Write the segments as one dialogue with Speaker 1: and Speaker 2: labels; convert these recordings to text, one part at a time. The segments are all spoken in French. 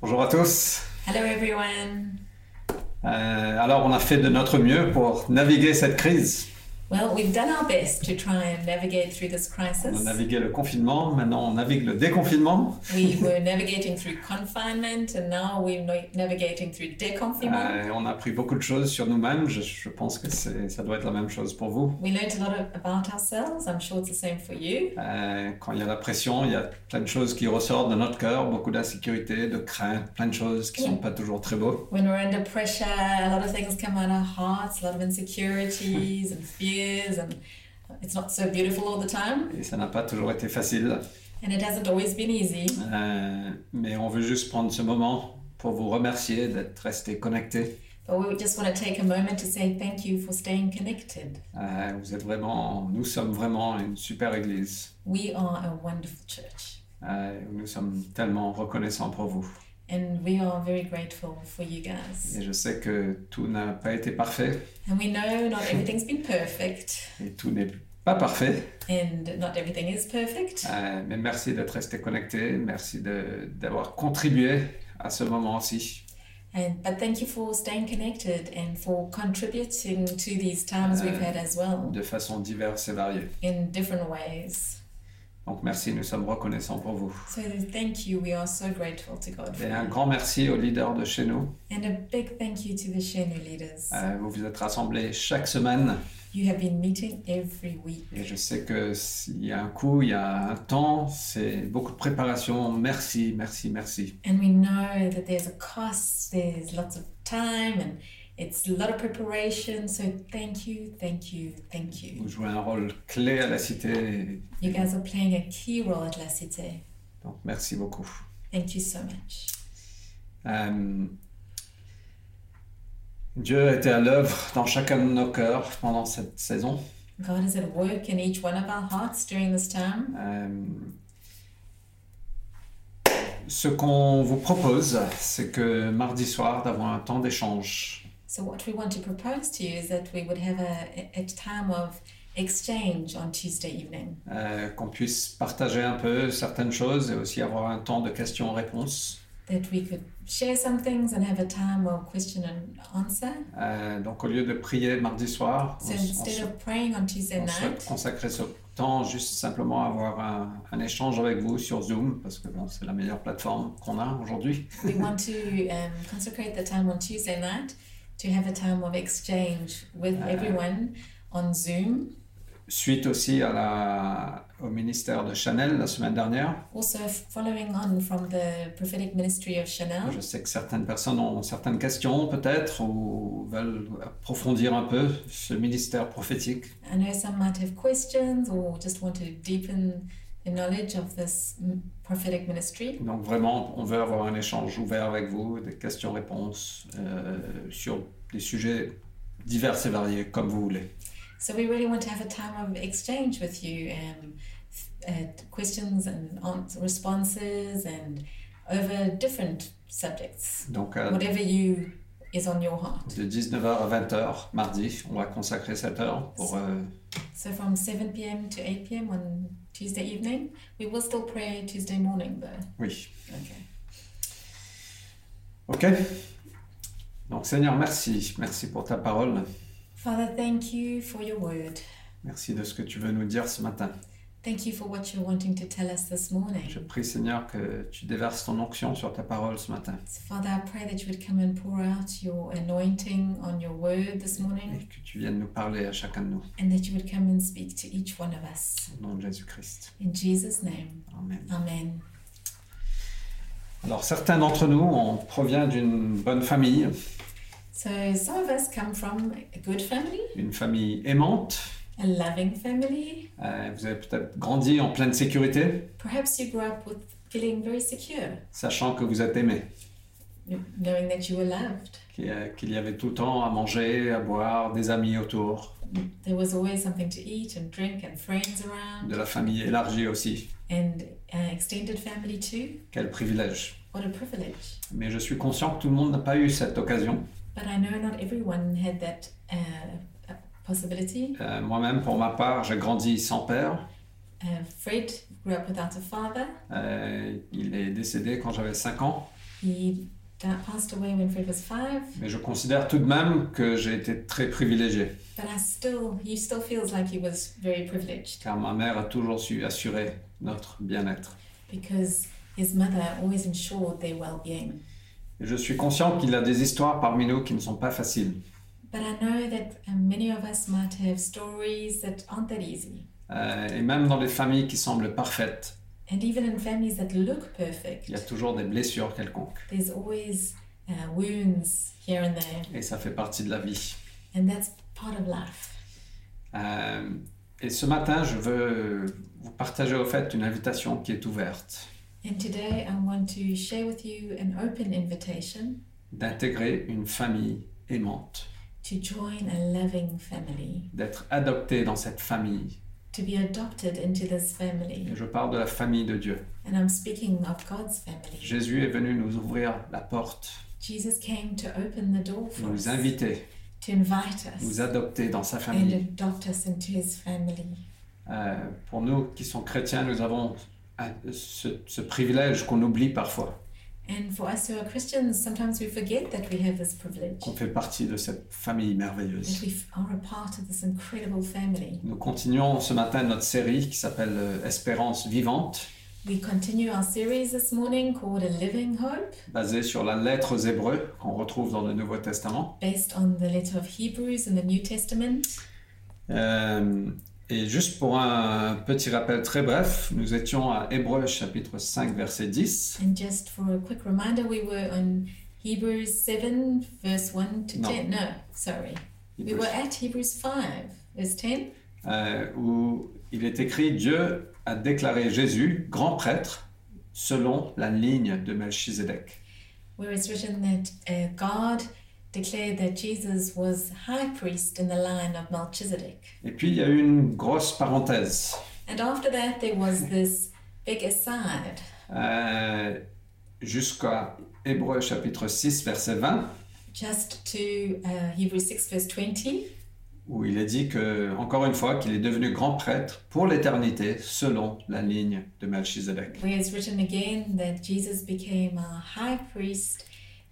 Speaker 1: Bonjour à tous.
Speaker 2: Hello everyone.
Speaker 1: Euh, alors, on a fait de notre mieux pour naviguer cette crise.
Speaker 2: Well, we've done our best to try and navigate through this
Speaker 1: On a
Speaker 2: crisis.
Speaker 1: navigué le confinement, maintenant on navigue le déconfinement.
Speaker 2: We were navigating through confinement and now we're na- navigating through deconfinement.
Speaker 1: Euh, on a appris beaucoup de choses sur nous-mêmes. Je, je pense que c'est- ça doit être la même chose pour vous.
Speaker 2: We learned a lot of, about ourselves. I'm sure it's the same for you.
Speaker 1: Euh, quand il y a la pression, il y a plein de choses qui ressortent de notre cœur, beaucoup d'insécurité, de crainte, plein de choses qui ne sont pas toujours très beaux.
Speaker 2: When we're under pressure, a lot of things come out of our hearts, a lot of insecurities and fears, and it's not so beautiful all the time.
Speaker 1: Et ça n'a pas toujours été facile.
Speaker 2: And it hasn't always been easy.
Speaker 1: Euh, mais on veut juste prendre ce moment pour vous remercier d'être restés connectés.
Speaker 2: But we just want to take a moment to say thank you for staying connected.
Speaker 1: Euh, vous êtes vraiment, nous sommes vraiment une super église.
Speaker 2: We are a wonderful church.
Speaker 1: Euh, nous sommes tellement reconnaissants pour vous.
Speaker 2: And we are very grateful for you guys.
Speaker 1: Et je sais que tout n'a pas été parfait
Speaker 2: And we know not everything's been perfect,
Speaker 1: et tout n'est pas parfait.
Speaker 2: and not everything is perfect.
Speaker 1: Euh, mais merci d'être resté connecté. Merci de- d'avoir contribué à ce moment aussi.
Speaker 2: And but thank you for staying connected and for contributing to these times we've had as well
Speaker 1: de façon diverse et variée.
Speaker 2: in different ways.
Speaker 1: Donc merci, nous sommes reconnaissants pour vous.
Speaker 2: So thank you. We are so grateful to God for
Speaker 1: Et un
Speaker 2: you.
Speaker 1: grand merci aux leaders de chez nous.
Speaker 2: And a big thank you to the Shenu leaders.
Speaker 1: Euh, vous vous êtes rassemblés chaque semaine
Speaker 2: You have been meeting every week.
Speaker 1: et je sais que s'il y a un coup, il y a un temps, c'est beaucoup de préparation. Merci, merci, merci.
Speaker 2: And we know that there's a cost, there's lots of time, and it's a lot of preparation. So thank you, thank you, thank you.
Speaker 1: Vous jouez un rôle clé à la cité
Speaker 2: You guys are playing a key role at La Cité.
Speaker 1: Donc, merci beaucoup.
Speaker 2: Thank you so much.
Speaker 1: Euh, Dieu était à l'œuvre dans chacun de nos cœurs pendant cette saison.
Speaker 2: God is at work in each one of our hearts during this time.
Speaker 1: Euh, ce qu'on vous propose, c'est que mardi soir, d'avoir un temps d'échange.
Speaker 2: So, what we want to propose to you is that we would have a, a time of exchange on Tuesday evening,
Speaker 1: euh, qu'on puisse partager un peu certaines choses et aussi avoir un temps de questions-réponses.
Speaker 2: that we could share some things and have a time of question and answer.
Speaker 1: Euh, donc, au lieu de prier mardi soir, on,
Speaker 2: So,
Speaker 1: s- on
Speaker 2: instead
Speaker 1: se-
Speaker 2: of praying on Tuesday
Speaker 1: On souhaite
Speaker 2: night,
Speaker 1: consacrer ce temps juste simplement à avoir un, un échange avec vous sur Zoom, parce que bon, c'est la meilleure plateforme qu'on a aujourd'hui.
Speaker 2: we want to um, consecrate the time on Tuesday night to have a time of exchange with everyone on Zoom.
Speaker 1: Suite aussi à la, au ministère de Chanel la semaine dernière,
Speaker 2: Also, f- following on from the prophetic ministry of Chanel,
Speaker 1: je sais que certaines personnes ont certaines questions peut-être ou veulent approfondir un peu ce ministère prophétique.
Speaker 2: I know some might have questions or just want to deepen the knowledge of this m- prophetic ministry.
Speaker 1: Donc vraiment, on veut avoir un échange ouvert avec vous, des questions-réponses euh, sur des sujets divers et variés comme vous voulez.
Speaker 2: So, we really want to have a time of exchange with you um, f- uh, questions and ans- responses and over different subjects,
Speaker 1: Donc euh,
Speaker 2: whatever you is on your heart.
Speaker 1: De 19h à 20h, mardi, on va consacrer cette heure pour euh,
Speaker 2: So, from 7 p.m. to 8 p.m. on Tuesday evening, we will still pray Tuesday morning though.
Speaker 1: oui.
Speaker 2: Okay.
Speaker 1: OK Donc Seigneur, merci. Merci pour ta parole.
Speaker 2: Father, thank you for your word.
Speaker 1: Merci de ce que tu veux nous dire ce matin.
Speaker 2: Thank you for what you're wanting to tell us this
Speaker 1: Je
Speaker 2: morning.
Speaker 1: prie Seigneur que tu déverses ton onction sur ta parole ce matin
Speaker 2: So Father, I pray that you would come and pour out your anointing on your word this morning
Speaker 1: et que tu viennes nous parler à chacun de nous.
Speaker 2: and that you would come and speak to each one of us.
Speaker 1: Au nom de Jésus-Christ.
Speaker 2: In Jesus' name,
Speaker 1: Amen.
Speaker 2: Amen.
Speaker 1: Alors certains d'entre nous, on provient d'une bonne famille,
Speaker 2: So, some of us come from a good family,
Speaker 1: une famille aimante.
Speaker 2: a loving family.
Speaker 1: Euh, vous avez peut-être grandi en pleine sécurité,
Speaker 2: Perhaps you grew up with feeling very secure,
Speaker 1: sachant que vous êtes aimé.
Speaker 2: knowing that you were loved.
Speaker 1: qu'il y a- qu'il y avait tout le temps à manger, à boire, des amis autour,
Speaker 2: There was always something to eat and drink and friends
Speaker 1: de
Speaker 2: around
Speaker 1: la famille élargie aussi.
Speaker 2: and uh, extended family too.
Speaker 1: Quel privilège.
Speaker 2: What a privilege.
Speaker 1: Mais je suis conscient que tout le monde n'a pas eu cette occasion.
Speaker 2: But I know not everyone had that uh, uh, possibility.
Speaker 1: Euh, Moi-même, pour ma part, j'ai grandi sans père.
Speaker 2: Uh, Fred grew up without a father.
Speaker 1: Euh, il est décédé quand j'avais 5 ans.
Speaker 2: He da- passed away when Fred was five,
Speaker 1: Mais je considère tout de même que j'ai été très privilégié,
Speaker 2: but I still, he still feels like he was very privileged
Speaker 1: car ma mère a toujours su assurer notre bien-être.
Speaker 2: because his mother always ensured their well-being.
Speaker 1: Et je suis conscient qu'il y a des histoires parmi nous qui ne sont pas faciles.
Speaker 2: But I know that um, many of us might have stories that aren't that easy,
Speaker 1: Euh, et même dans les familles qui semblent parfaites,
Speaker 2: and even in families that look perfect,
Speaker 1: il y a toujours des blessures quelconques.
Speaker 2: there's always uh, wounds here and there,
Speaker 1: Et ça fait partie de la vie.
Speaker 2: and that's part of life.
Speaker 1: Euh, et ce matin, je veux vous partager au fait une invitation qui est ouverte,
Speaker 2: And today I want to share with you an open invitation
Speaker 1: d'intégrer une famille aimante,
Speaker 2: to join a loving family,
Speaker 1: d'être adopté dans cette famille.
Speaker 2: to be adopted into this family.
Speaker 1: Et je parle de la famille de Dieu.
Speaker 2: And I'm speaking of God's family.
Speaker 1: Jésus est venu nous ouvrir la porte,
Speaker 2: Jesus came to open the door for us,
Speaker 1: nous inviter,
Speaker 2: to invite us,
Speaker 1: nous adopter dans sa
Speaker 2: and
Speaker 1: famille.
Speaker 2: adopt us into his family.
Speaker 1: Euh, pour nous qui sommes chrétiens, nous avons un- ce, ce privilège qu'on oublie parfois,
Speaker 2: And for us who are Christians, sometimes we forget that we have this privilege,
Speaker 1: qu'on fait partie de cette famille merveilleuse.
Speaker 2: that we f- are a part of this incredible family.
Speaker 1: Nous continuons ce matin notre série qui s'appelle euh, Espérance vivante,
Speaker 2: We continue our series this morning called A Living Hope,
Speaker 1: basée sur la lettre aux Hébreux qu'on retrouve dans le Nouveau Testament.
Speaker 2: based on the letter of Hebrews in the New Testament.
Speaker 1: Euh, et juste pour un petit rappel très bref, nous étions à Hébreux chapitre 5 verset 10.
Speaker 2: And just for a quick reminder, we were on Hebrews 7, verse 1 to
Speaker 1: No.
Speaker 2: 10. No, sorry. We were at Hebrews 5, verse 10,
Speaker 1: Euh, où il est écrit Dieu a déclaré Jésus grand prêtre selon la ligne de Melchizedek.
Speaker 2: where it's written that uh, God declared that Jesus was high priest in the line of Melchizedek.
Speaker 1: Et puis il y a eu une grosse parenthèse.
Speaker 2: And after that, there was this big aside
Speaker 1: Euh, jusqu'à Hébreux chapitre 6 verset 20
Speaker 2: just to uh, Hebrews 6, verse 20,
Speaker 1: où il est dit que encore une fois qu'il est devenu grand prêtre pour l'éternité selon la ligne de Melchizedek.
Speaker 2: where it's written again that Jesus became our high priest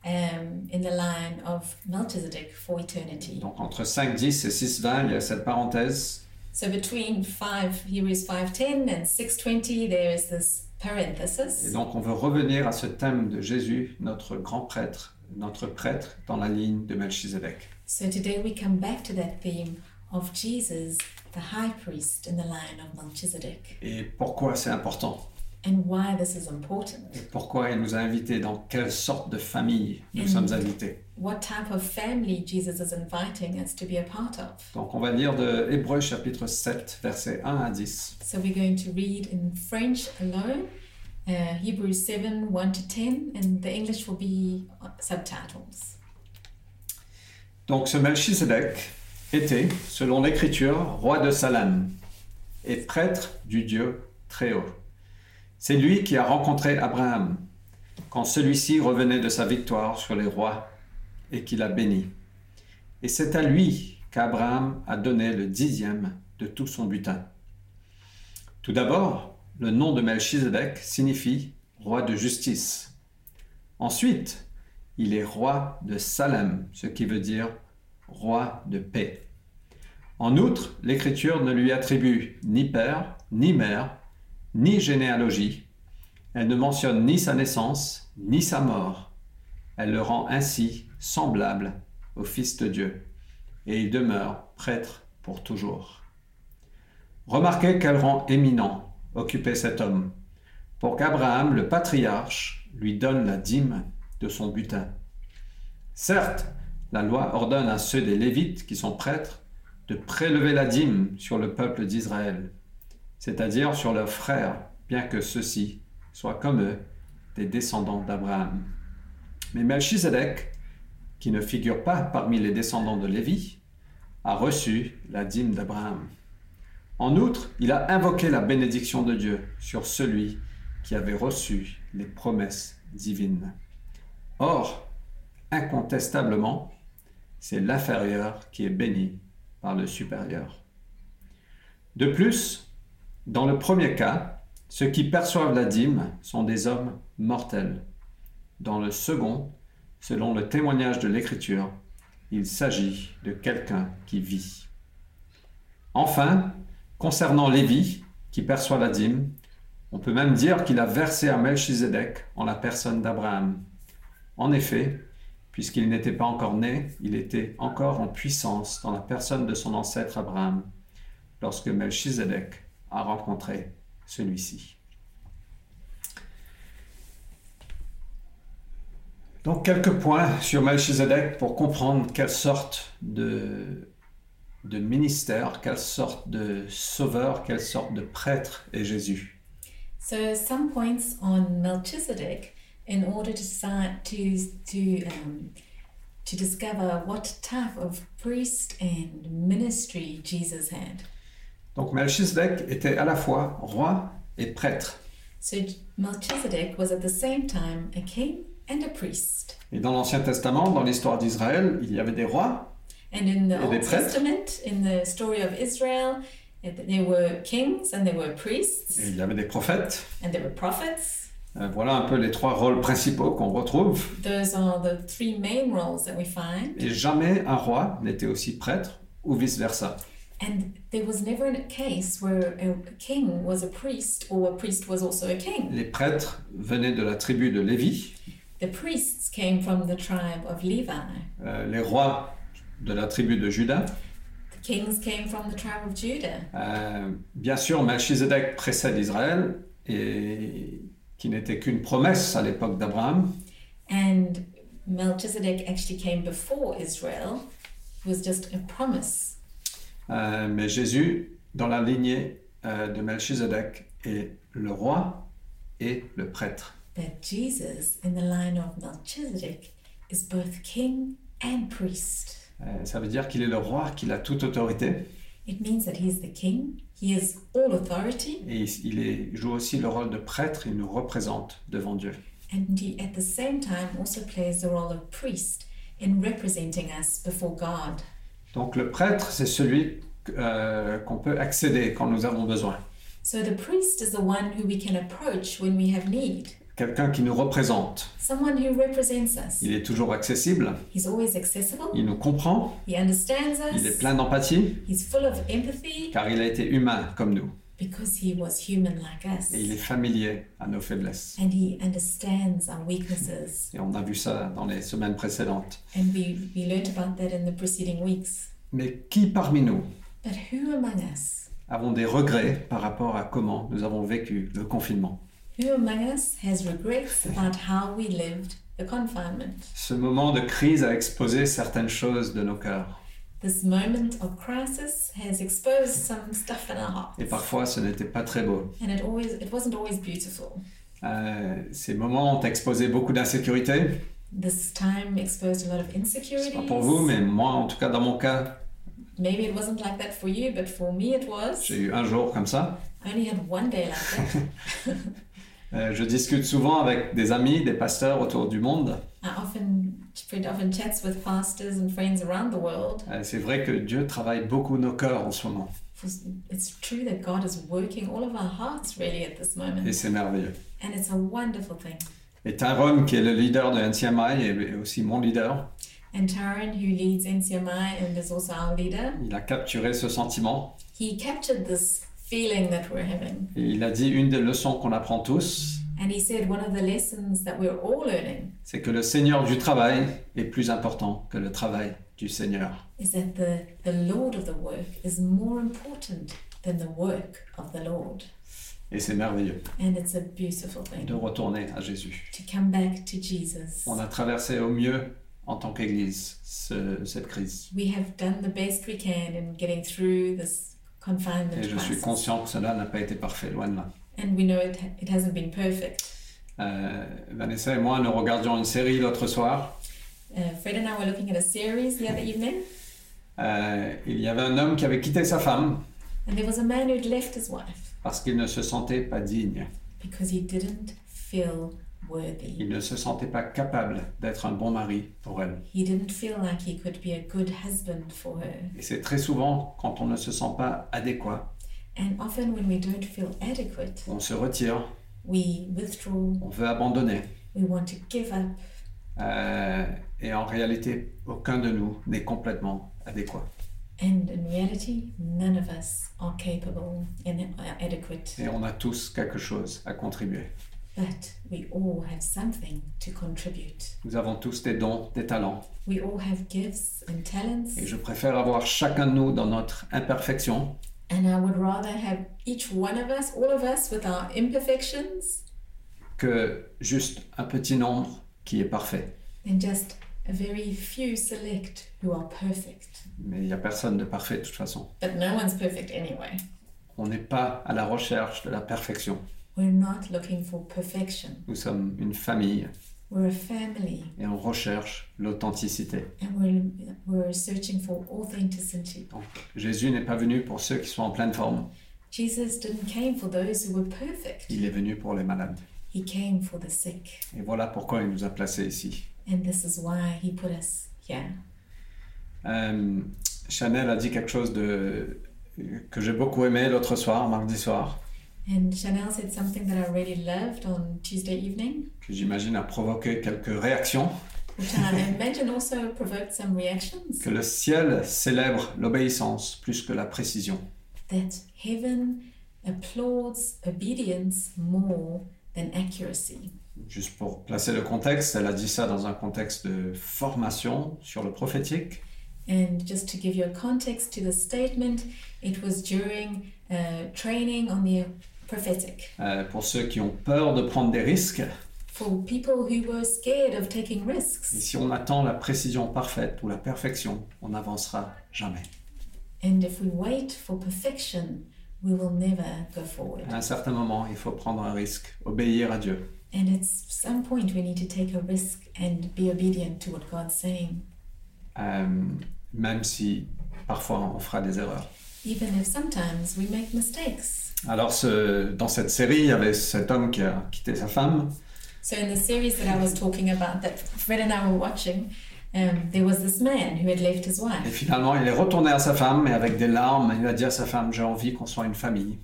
Speaker 2: um, in the line of Melchizedek for eternity.
Speaker 1: Donc entre 5 10 et 6 20 il y a cette parenthèse
Speaker 2: So between 5, Hebrews 5.10 and 6.20, there is this
Speaker 1: et
Speaker 2: parenthesis.
Speaker 1: donc on veut revenir à ce thème de Jésus notre grand prêtre notre prêtre dans la ligne de Melchizedek.
Speaker 2: So today we come back to that theme of Jesus, the high priest in the line of Melchizedek,
Speaker 1: Et pourquoi c'est important
Speaker 2: and why this is important.
Speaker 1: Et pourquoi il nous a invités Dans quelle sorte de famille nous
Speaker 2: Mhm.
Speaker 1: sommes invités
Speaker 2: what type of family Jesus is inviting us to be a part of.
Speaker 1: Donc on va lire de Hébreux chapitre 7 versets 1 à 10.
Speaker 2: So we're going to read in French alone, uh, Hebrews 7 1 to 10, and the English will be subtitles.
Speaker 1: Donc ce Melchisedec était, selon l'Écriture, roi de Salem et prêtre du Dieu très haut. C'est lui qui a rencontré Abraham quand celui-ci revenait de sa victoire sur les rois et qu'il a béni. Et c'est à lui qu'Abraham a donné le dixième de tout son butin. Tout d'abord, le nom de Melchisedec signifie roi de justice. Ensuite, il est roi de Salem, ce qui veut dire roi de paix. En outre, l'Écriture ne lui attribue ni père, ni mère, ni généalogie. Elle ne mentionne ni sa naissance, ni sa mort. Elle le rend ainsi semblable au Fils de Dieu, et il demeure prêtre pour toujours. Remarquez quel rang éminent occupait cet homme, pour qu'Abraham, le patriarche, lui donne la dîme de son butin. Certes, la loi ordonne à ceux des Lévites qui sont prêtres de prélever la dîme sur le peuple d'Israël, c'est-à-dire sur leurs frères, bien que ceux-ci soient comme eux des descendants d'Abraham. Mais Melchizedek, qui ne figure pas parmi les descendants de Lévi, a reçu la dîme d'Abraham. En outre, il a invoqué la bénédiction de Dieu sur celui qui avait reçu les promesses divines. Or, incontestablement, c'est l'inférieur qui est béni par le supérieur. De plus, dans le premier cas, ceux qui perçoivent la dîme sont des hommes mortels, Dans le second, selon le témoignage de l'Écriture, il s'agit de quelqu'un qui vit. Enfin, concernant Lévi, qui perçoit la dîme, on peut même dire qu'il a versé à Melchizedek en la personne d'Abraham. En effet, puisqu'il n'était pas encore né, il était encore en puissance dans la personne de son ancêtre Abraham, lorsque Melchizedek a rencontré celui-ci. Donc quelques points sur Melchizedek pour comprendre quelle sorte de, de ministère, quelle sorte de sauveur, quelle sorte de prêtre est Jésus.
Speaker 2: So some points on Melchizedek in order to start to to um, to discover what type of priest and ministry Jesus had.
Speaker 1: Donc Melchizedek était à la fois roi et prêtre.
Speaker 2: So Melchizedek was at the same time a king and a priest.
Speaker 1: Et dans l'Ancien Testament, dans l'histoire d'Israël, il y avait des rois.
Speaker 2: And in the
Speaker 1: Et des
Speaker 2: Old
Speaker 1: prêtres.
Speaker 2: Testament, in the story of Israel, eh, there were kings and there were
Speaker 1: et
Speaker 2: priests
Speaker 1: il y avait des prophètes.
Speaker 2: and there were prophets.
Speaker 1: Euh, voilà un peu les trois rôles principaux qu'on retrouve.
Speaker 2: Those are the three main roles that we find.
Speaker 1: Et jamais un roi n'était aussi prêtre ou vice-versa.
Speaker 2: And there was never a case where a king was a priest or a priest was also a king.
Speaker 1: Les prêtres venaient de la tribu de Lévi,
Speaker 2: The priests came from the tribe of Levi.
Speaker 1: euh, les rois de la tribu de Juda.
Speaker 2: The kings came from the tribe of Judah.
Speaker 1: Euh, bien sûr, Melchizedek précède Israël, et qui n'était qu'une promesse à l'époque d'Abraham.
Speaker 2: And Melchizedek actually came before Israel, It was just a promise.
Speaker 1: Euh, mais Jésus, dans la lignée euh, de Melchizedek, est le roi et le prêtre.
Speaker 2: that Jesus, in the line of Melchizedek, is both king and priest.
Speaker 1: Euh, ça veut dire qu'il est le roi, qu'il a toute autorité,
Speaker 2: It means that he's the king, he is all authority,
Speaker 1: et il, il est- joue aussi le rôle de prêtre, il nous représente devant Dieu.
Speaker 2: and he at the same time also plays the role of priest in representing us before God.
Speaker 1: Donc le prêtre, c'est celui euh, qu'on peut accéder quand nous avons besoin.
Speaker 2: So the priest is the one who we can approach when we have need,
Speaker 1: Quelqu'un qui nous représente.
Speaker 2: someone who represents us.
Speaker 1: Il est toujours accessible,
Speaker 2: He's always accessible,
Speaker 1: il nous comprend,
Speaker 2: he understands
Speaker 1: il est
Speaker 2: us,
Speaker 1: plein d'empathie,
Speaker 2: he's full of empathy
Speaker 1: car il a été humain comme nous,
Speaker 2: because he was human like us,
Speaker 1: et il est familier à nos faiblesses.
Speaker 2: and he understands our weaknesses.
Speaker 1: Et on a vu ça dans les semaines précédentes.
Speaker 2: And we, we learned about that in the preceding weeks.
Speaker 1: Mais qui parmi nous
Speaker 2: But who among us,
Speaker 1: avons des regrets par rapport à comment nous avons vécu le confinement
Speaker 2: who among us has regrets about how we lived the confinement?
Speaker 1: Ce moment de crise a exposé certaines choses de nos cœurs,
Speaker 2: This moment of crisis has exposed some stuff in our hearts.
Speaker 1: et parfois ce n'était pas très beau.
Speaker 2: And it always it wasn't always beautiful.
Speaker 1: Euh, ces moments ont exposé beaucoup d'insécurité,
Speaker 2: This time exposed a lot of
Speaker 1: C'est
Speaker 2: insecurities.
Speaker 1: pas pour vous, mais moi, en tout cas, dans mon cas,
Speaker 2: Maybe it wasn't like that for you, but for me it was.
Speaker 1: j'ai eu un jour comme ça.
Speaker 2: I only had one day like that.
Speaker 1: Euh, je discute souvent avec des amis, des pasteurs autour du monde.
Speaker 2: I often Fred often chats with pastors and friends around the world.
Speaker 1: Euh, c'est vrai que Dieu travaille beaucoup nos cœurs en ce moment,
Speaker 2: It's true that God is working all of our hearts really at this moment.
Speaker 1: et c'est merveilleux.
Speaker 2: And it's a wonderful thing.
Speaker 1: Et Tyrone, qui est le leader de NCMI et et aussi mon leader,
Speaker 2: And Taran, who leads NCMI and is also our leader,
Speaker 1: il a capturé ce sentiment.
Speaker 2: he captured this feeling that we're having.
Speaker 1: Et il a dit une des leçons qu'on apprend tous,
Speaker 2: And he said one of the lessons that we're all learning
Speaker 1: c'est que le Seigneur du travail est plus important que le travail du Seigneur.
Speaker 2: is that the, the Lord of the work is more important than the work of the Lord.
Speaker 1: Et c'est merveilleux
Speaker 2: And it's a beautiful
Speaker 1: de
Speaker 2: thing
Speaker 1: retourner à Jésus.
Speaker 2: to come back to Jesus.
Speaker 1: On a traversé au mieux en tant qu'Église ce- cette crise.
Speaker 2: We have done the best we can in getting through this confinement
Speaker 1: Et je suis
Speaker 2: crisis.
Speaker 1: conscient que cela n'a pas été parfait, loin de là.
Speaker 2: And we know it, it hasn't been perfect.
Speaker 1: Euh, Vanessa et moi, nous regardions une série l'autre soir.
Speaker 2: Uh, Fred and I were looking at a series the other evening,
Speaker 1: Euh, il y avait un homme qui avait quitté sa femme
Speaker 2: and there was a man who'd left his wife
Speaker 1: parce qu'il ne se sentait pas digne.
Speaker 2: because he didn't feel worthy.
Speaker 1: Il ne se sentait pas capable d'être un bon mari pour elle.
Speaker 2: He didn't feel like he could be a good husband for her.
Speaker 1: Et c'est très souvent quand on ne se sent pas adéquat,
Speaker 2: And often, when we don't feel adequate,
Speaker 1: on se retire,
Speaker 2: we withdraw,
Speaker 1: on veut abandonner.
Speaker 2: We want to give up,
Speaker 1: Euh, et en réalité, aucun de nous n'est complètement adéquat.
Speaker 2: and in reality, none of us are capable and are adequate.
Speaker 1: Et on a tous quelque chose à contribuer.
Speaker 2: But we all have something to contribute.
Speaker 1: Nous avons tous des dons, des talents.
Speaker 2: We all have gifts and talents,
Speaker 1: Et je préfère avoir chacun de nous dans notre imperfection
Speaker 2: and I would rather have each one of us, all of us, with our imperfections
Speaker 1: que juste un petit nombre qui est parfait.
Speaker 2: than just a very few select who are perfect.
Speaker 1: Mais il n'y a personne de parfait de toute façon.
Speaker 2: But no one's perfect anyway.
Speaker 1: On n'est pas à la recherche de la perfection.
Speaker 2: We're not looking for perfection.
Speaker 1: Nous sommes une famille
Speaker 2: We're a family
Speaker 1: et on recherche l'authenticité.
Speaker 2: and we're, we're searching for authenticity.
Speaker 1: Donc, Jésus n'est pas venu pour ceux qui sont en pleine forme.
Speaker 2: Jesus didn't came for those who were perfect.
Speaker 1: Il est venu pour les malades.
Speaker 2: He came for the sick.
Speaker 1: Et voilà pourquoi il nous a placés ici.
Speaker 2: And this is why he put us here.
Speaker 1: Euh, Chanel a dit quelque chose de... que j'ai beaucoup aimé l'autre soir, mardi soir,
Speaker 2: And Chanel said something that I really loved on Tuesday evening,
Speaker 1: que j'imagine a provoqué quelques réactions.
Speaker 2: which I imagine also provoked some reactions.
Speaker 1: Que le ciel célèbre l'obéissance plus que la précision.
Speaker 2: That heaven applauds obedience more than accuracy.
Speaker 1: Juste pour placer le contexte, elle a dit ça dans un contexte de formation sur le prophétique.
Speaker 2: And just to give you a context to the statement, it was during uh, training on the prophetic.
Speaker 1: Euh, pour ceux qui ont peur de prendre des risques,
Speaker 2: For people who were scared of taking risks.
Speaker 1: et si on attend la précision parfaite ou la perfection, on n'avancera jamais.
Speaker 2: And if we wait for perfection, we will never go forward.
Speaker 1: À un certain moment, il faut prendre un risque, obéir à Dieu.
Speaker 2: And at some point, we need to take a risk and be obedient to what God's saying,
Speaker 1: Euh, même si parfois on fera des erreurs.
Speaker 2: even if sometimes we make mistakes.
Speaker 1: Alors ce- dans cette série, il y avait cet homme qui a quitté sa femme
Speaker 2: So, in the series that I was talking about, that Fred and I were watching, um, there was this man who had left his
Speaker 1: et
Speaker 2: wife,
Speaker 1: finalement il est retourné à sa femme et avec des larmes il a dit à sa femme j'ai envie qu'on soit une famille.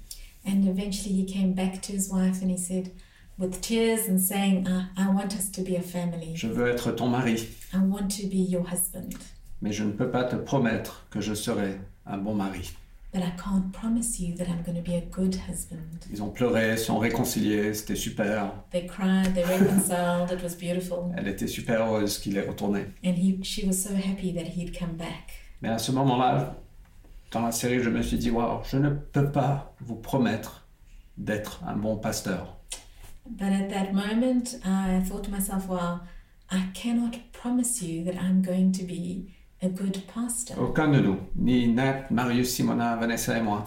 Speaker 2: and eventually he came back to his wife and he said, with tears and saying, I, I want us to be a family.
Speaker 1: Je veux être ton mari
Speaker 2: I want to be your husband,
Speaker 1: mais je ne peux pas te promettre que je serai un bon mari.
Speaker 2: but I can't promise you that I'm going to be a good husband.
Speaker 1: Ils ont pleuré, se sont réconciliés, c'était super.
Speaker 2: They cried, they reconciled, it was beautiful.
Speaker 1: Elle était super heureuse qu'il est retourné.
Speaker 2: And he she was so happy that he'd come back.
Speaker 1: Mais à ce moment-là, dans la série, je me suis dit waouh, je ne peux pas vous promettre d'être un bon pasteur.
Speaker 2: But at that moment I thought to myself, well, I cannot promise you that I'm going to be a good pastor.
Speaker 1: Aucun de nous, ni Nat, Marius, Simona, Vanessa et moi,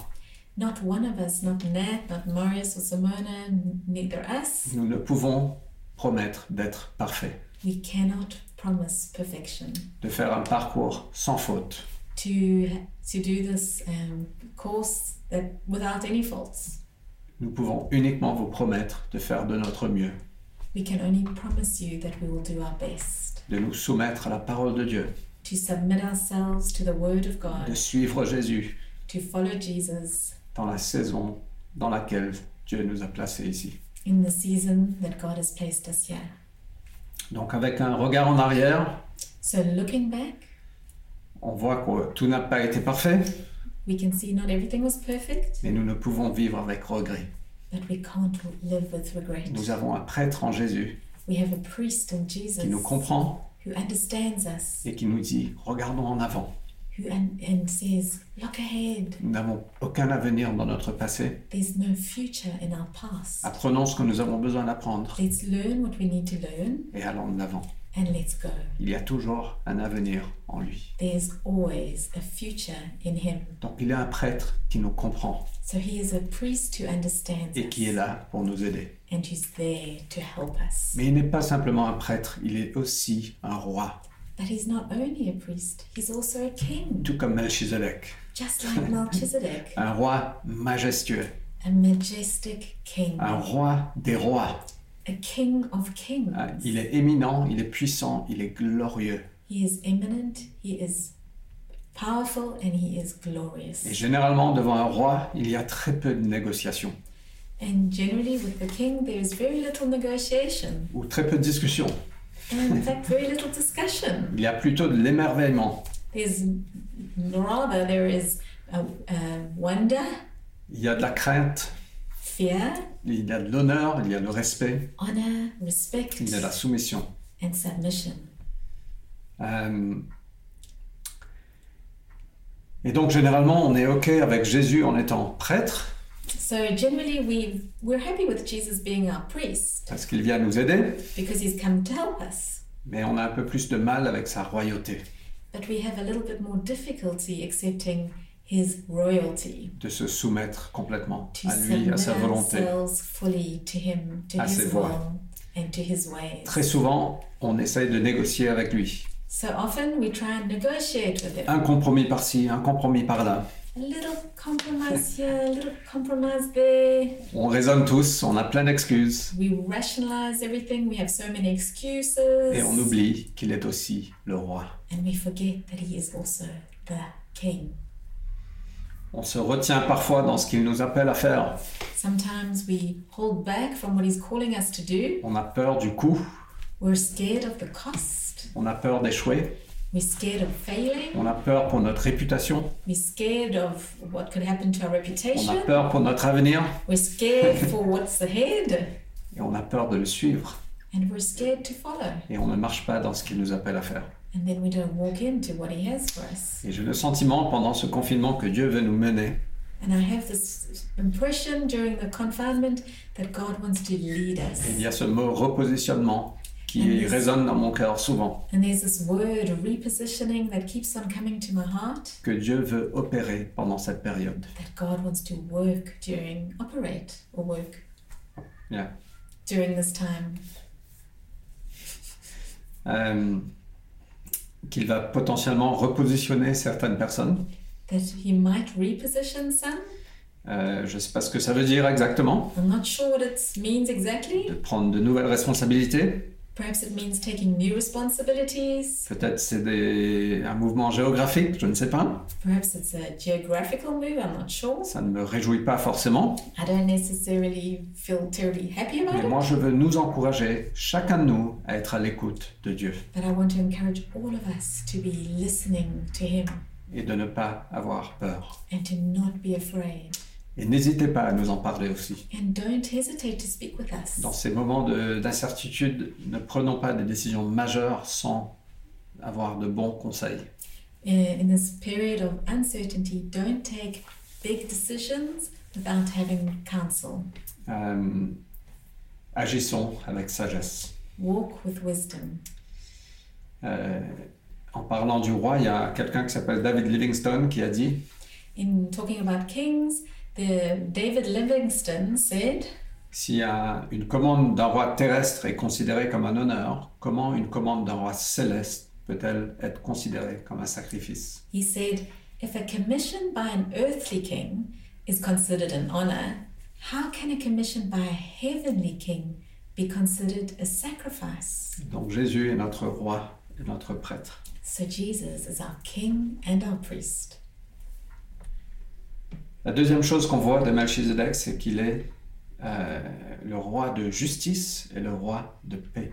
Speaker 2: Not one of us, not Nat, not Marius or Simona, neither us,
Speaker 1: nous ne pouvons promettre d'être parfaits,
Speaker 2: we cannot promise perfection.
Speaker 1: de faire un parcours sans faute.
Speaker 2: To to do this um, course that without any faults.
Speaker 1: Nous pouvons uniquement vous promettre de faire de notre mieux,
Speaker 2: We can only promise you that we will do our best.
Speaker 1: de nous soumettre à la parole de Dieu,
Speaker 2: To submit ourselves to the word of God.
Speaker 1: de suivre Jésus
Speaker 2: to follow Jesus
Speaker 1: dans la saison dans laquelle Dieu nous a placés ici.
Speaker 2: in the season that God has placed us here.
Speaker 1: Donc avec un regard en arrière,
Speaker 2: So, looking back,
Speaker 1: on voit que tout n'a pas été parfait,
Speaker 2: we can see not everything was perfect,
Speaker 1: mais nous ne pouvons vivre avec regret.
Speaker 2: but we can't live with regret.
Speaker 1: Nous avons un prêtre en Jésus
Speaker 2: We have a priest in
Speaker 1: qui nous
Speaker 2: Jesus
Speaker 1: comprend
Speaker 2: who understands us
Speaker 1: et qui nous dit, regardons en avant.
Speaker 2: who and, and says, Look ahead,
Speaker 1: Nous n'avons aucun avenir dans notre passé.
Speaker 2: there's no future in our past.
Speaker 1: Apprenons ce que nous avons besoin d'apprendre
Speaker 2: Let's learn what we need to learn
Speaker 1: et allons de l'avant.
Speaker 2: and let's go.
Speaker 1: Il y a toujours un avenir en lui.
Speaker 2: There's always a future in Him.
Speaker 1: Donc il y a un prêtre qui nous comprend
Speaker 2: So, He is a priest who understands
Speaker 1: et qui est
Speaker 2: us
Speaker 1: là pour nous aider.
Speaker 2: and who's there to help us.
Speaker 1: Mais il n'est pas simplement un prêtre, il est aussi un roi,
Speaker 2: But he's not only a priest, he's also a king,
Speaker 1: tout comme Melchizedek,
Speaker 2: just like Melchizedek,
Speaker 1: un roi majestueux,
Speaker 2: a majestic king,
Speaker 1: un roi des rois.
Speaker 2: a king of kings.
Speaker 1: Ah, Il est éminent, il est puissant, il est glorieux.
Speaker 2: He is eminent, he is powerful, and he is
Speaker 1: Et
Speaker 2: glorious.
Speaker 1: généralement, devant un roi, il y a très peu de négociations.
Speaker 2: And generally, with the king, there's very little negotiation.
Speaker 1: ou très peu de discussion.
Speaker 2: And in fact, very little discussion.
Speaker 1: Il y a plutôt de l'émerveillement.
Speaker 2: There's rather, there is a, a wonder,
Speaker 1: Il y a de la crainte,
Speaker 2: fear,
Speaker 1: il y a de l'honneur, il y a le respect,
Speaker 2: honor, respect,
Speaker 1: il y a la soumission.
Speaker 2: and submission.
Speaker 1: Euh, Et donc généralement, on est OK avec Jésus en étant prêtre,
Speaker 2: So generally, we we're happy with Jesus being our priest
Speaker 1: parce qu'il vient nous aider,
Speaker 2: because he's come to help us.
Speaker 1: mais on a un peu plus de mal avec sa royauté,
Speaker 2: But we have a little bit more difficulty accepting his royalty
Speaker 1: de se soumettre complètement
Speaker 2: to
Speaker 1: à lui, à
Speaker 2: submit
Speaker 1: sa volonté.
Speaker 2: ourselves fully to him, to
Speaker 1: À ses
Speaker 2: his
Speaker 1: voies.
Speaker 2: will, and to his ways.
Speaker 1: Très souvent, on essaye de négocier avec lui.
Speaker 2: So often we try and negotiate with him.
Speaker 1: Un compromis par-ci, un compromis par-là.
Speaker 2: A little compromise here, a little compromise there.
Speaker 1: On raisonne tous, on a plein d'excuses,
Speaker 2: We rationalize everything. We have so many excuses.
Speaker 1: et on oublie qu'il est aussi le roi.
Speaker 2: And we forget that he is also the king.
Speaker 1: On se retient parfois dans ce qu'il nous appelle à faire.
Speaker 2: Sometimes we hold back from what he's calling us to do.
Speaker 1: On a peur du coup,
Speaker 2: We're scared of the cost.
Speaker 1: on a peur d'échouer,
Speaker 2: We're scared of failing.
Speaker 1: on a peur pour notre réputation,
Speaker 2: We're scared of what could happen to our
Speaker 1: on a
Speaker 2: reputation.
Speaker 1: peur pour notre avenir,
Speaker 2: We're scared for what's ahead.
Speaker 1: et on a peur de le suivre,
Speaker 2: And we're scared to follow.
Speaker 1: et on ne marche pas dans ce qu'il nous appelle à faire.
Speaker 2: And then we don't walk into what he has for us.
Speaker 1: Et j'ai le sentiment pendant ce confinement que Dieu veut nous mener
Speaker 2: And I have this impression during the confinement that God wants to lead
Speaker 1: Et Il
Speaker 2: us.
Speaker 1: y a ce mot repositionnement qui
Speaker 2: Mhm.
Speaker 1: résonne dans mon cœur souvent,
Speaker 2: And there's this word repositioning that keeps on coming to my heart
Speaker 1: que Dieu veut opérer pendant cette période.
Speaker 2: that God wants to work during, operate or work
Speaker 1: Yeah.
Speaker 2: during this time.
Speaker 1: Euh, qu'il va potentiellement repositionner certaines personnes.
Speaker 2: That He might reposition some.
Speaker 1: Euh, je ne sais pas ce que ça veut dire exactement,
Speaker 2: I'm not sure what it means exactly.
Speaker 1: de prendre de nouvelles responsabilités.
Speaker 2: Perhaps it means taking new responsibilities.
Speaker 1: Peut-être c'est des- un mouvement géographique, je ne sais pas.
Speaker 2: Perhaps it's a geographical move, I'm not sure.
Speaker 1: Ça ne me réjouit pas forcément.
Speaker 2: I don't necessarily feel terribly happy about
Speaker 1: Mais
Speaker 2: it.
Speaker 1: moi, je veux nous encourager, chacun de nous, à être à l'écoute de Dieu
Speaker 2: But I want to encourage all of us to be listening to Him
Speaker 1: et de ne pas avoir peur.
Speaker 2: and to not be afraid.
Speaker 1: Et n'hésitez pas à nous en parler aussi.
Speaker 2: And don't hesitate to speak with us. Uh,
Speaker 1: Dans ces moments de- d'incertitude, ne prenons pas des décisions majeures sans avoir de bons conseils.
Speaker 2: Uh, In this period of uncertainty, don't take big decisions without having counsel.
Speaker 1: Euh, agissons avec sagesse.
Speaker 2: Walk with wisdom.
Speaker 1: Euh, en parlant du roi, il y a quelqu'un qui s'appelle David Livingstone qui a dit
Speaker 2: In talking about kings, the David Livingstone said,
Speaker 1: Si un- une commande d'un roi terrestre est considérée comme un honneur, comment une commande d'un roi céleste peut-elle être considérée comme un sacrifice
Speaker 2: he said, if a commission by an earthly king is considered an honor, how can a commission by a heavenly king be considered a sacrifice?
Speaker 1: Donc Jésus est notre roi et notre prêtre.
Speaker 2: So Jesus is our King and our priest.
Speaker 1: La deuxième chose qu'on voit de Melchizedek, c'est qu'il est euh, le roi de justice et le roi de paix.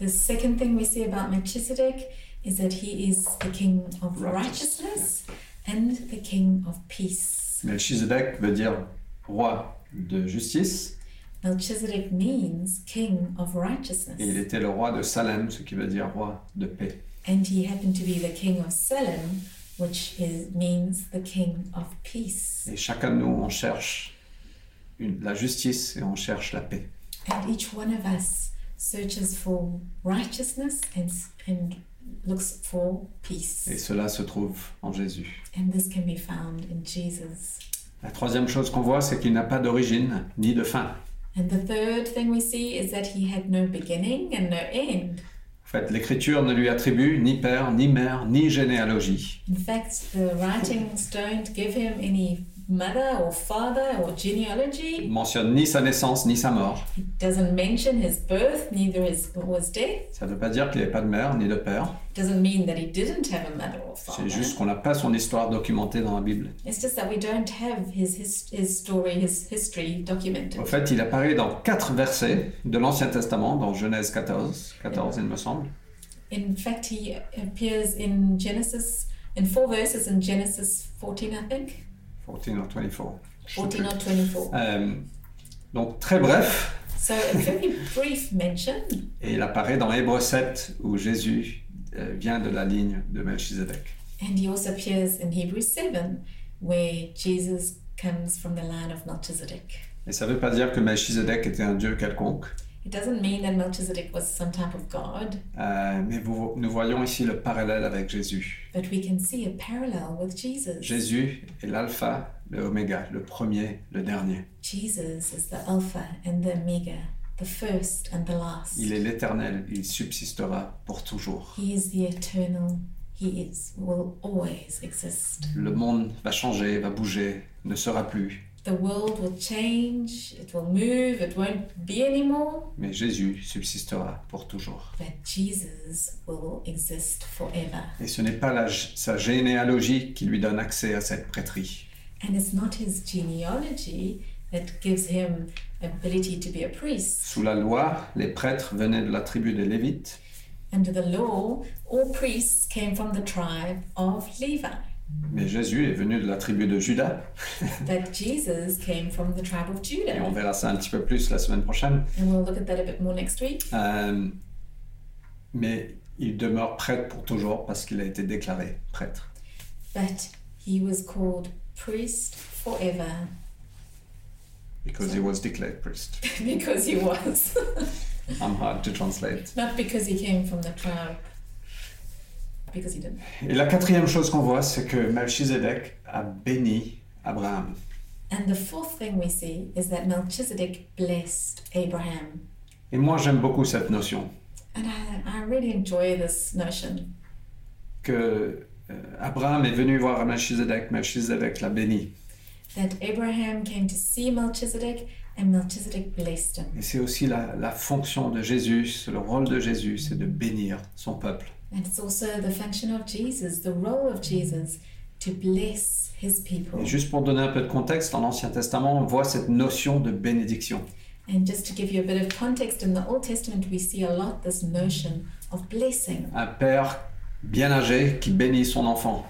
Speaker 2: The second thing we see about Melchizedek is that he is the King of
Speaker 1: Righteous,
Speaker 2: righteousness and the King of peace.
Speaker 1: Melchizedek veut dire roi de justice
Speaker 2: Melchizedek means King of
Speaker 1: et il
Speaker 2: righteousness,
Speaker 1: était le roi de Salem, ce qui veut dire roi de paix.
Speaker 2: and he happened to be the King of Salem, which is, means the King of peace.
Speaker 1: Et chacun de nous, on cherche une- la justice et on cherche la paix.
Speaker 2: And each one of us searches for righteousness and, and looks for
Speaker 1: Et
Speaker 2: peace.
Speaker 1: cela se trouve en Jésus.
Speaker 2: And this can be found in Jesus.
Speaker 1: La troisième chose qu'on voit, c'est qu'il n'a pas d'origine ni de fin.
Speaker 2: And the third thing we see is that he had no beginning and no end.
Speaker 1: En fait, l'Écriture ne lui attribue ni père, ni mère, ni généalogie.
Speaker 2: In fact, the writings don't give him any mother or father or genealogy.
Speaker 1: Il mentionne ni sa naissance ni sa mort.
Speaker 2: He doesn't mention his birth, neither his or his death.
Speaker 1: Ça ne veut pas dire qu'il n'y avait pas de mère ni de père.
Speaker 2: Doesn't mean that he didn't have a mother or father.
Speaker 1: C'est juste qu'on n'a pas son histoire documentée dans la Bible.
Speaker 2: It's just that we don't have his his, his story, his history documented.
Speaker 1: En fait, il apparaît dans quatre versets de l'Ancien Testament, dans Genèse 14, 14 il me semble.
Speaker 2: In fact, he appears in Genesis in four verses in Genesis 14, I think,
Speaker 1: 14 or 24.
Speaker 2: 14 or 24.
Speaker 1: Euh, donc très bref,
Speaker 2: So a very brief mention,
Speaker 1: et il apparaît dans Hébreux 7 où Jésus euh, vient de la ligne de Melchizedek.
Speaker 2: and he also appears in Hebrews 7, where Jesus comes from the line of Melchizedek.
Speaker 1: Mais ça ne veut pas dire que Melchizedek était un dieu quelconque.
Speaker 2: It doesn't mean that Melchizedek was some type of god,
Speaker 1: Euh, mais vous- nous voyons ici le parallèle avec Jésus.
Speaker 2: but we can see a parallel with Jesus.
Speaker 1: Jésus est l'alpha, le oméga, le premier, le dernier.
Speaker 2: Jesus is the Alpha and the Omega, the first and the last.
Speaker 1: Il est l'éternel, il subsistera pour toujours.
Speaker 2: He is the eternal. He is will always exist.
Speaker 1: Le monde va changer, va bouger, ne sera plus.
Speaker 2: The world will change, it will move, it won't be anymore,
Speaker 1: Mais Jésus subsistera pour toujours.
Speaker 2: but Jesus will exist forever.
Speaker 1: Et ce n'est pas la- sa généalogie qui lui donne accès à cette prêtrie.
Speaker 2: And it's not his genealogy that gives him ability to be a priest.
Speaker 1: Sous la loi, les prêtres venaient de la tribu des Lévites,
Speaker 2: Under the law, all priests came from the tribe of Levi,
Speaker 1: mais Jésus est venu de la tribu de Judas.
Speaker 2: but Jesus came from the tribe of
Speaker 1: Et on
Speaker 2: Judah.
Speaker 1: verra ça un petit peu plus la semaine prochaine.
Speaker 2: And we'll look at that a bit more next week.
Speaker 1: Euh, mais il demeure prêtre pour toujours parce qu'il a été déclaré prêtre.
Speaker 2: But he was called priest forever
Speaker 1: Because he was declared priest.
Speaker 2: because he was,
Speaker 1: I'm hard to translate.
Speaker 2: not because he came from the tribe, because he didn't.
Speaker 1: Et la quatrième chose qu'on voit, c'est que Melchizedek a béni Abraham.
Speaker 2: And the fourth thing we see is that Melchizedek blessed Abraham.
Speaker 1: Et moi, j'aime beaucoup cette notion
Speaker 2: And I, I really enjoy this notion
Speaker 1: que euh, Abraham est venu voir Melchizedek, Melchizedek l'a béni.
Speaker 2: that Abraham came to see Melchizedek and Melchizedek blessed him.
Speaker 1: Et c'est aussi la, la fonction de Jésus, c'est le rôle de Jésus, c'est de bénir son peuple.
Speaker 2: And it's also the function of Jesus, the role of Jesus, to bless his people.
Speaker 1: Et juste pour donner un peu de contexte, dans l'Ancien Testament, on voit cette notion de bénédiction.
Speaker 2: And just to give you a bit of context, in the Old Testament, we see a lot this notion of blessing.
Speaker 1: Un père bien âgé qui bénit son enfant.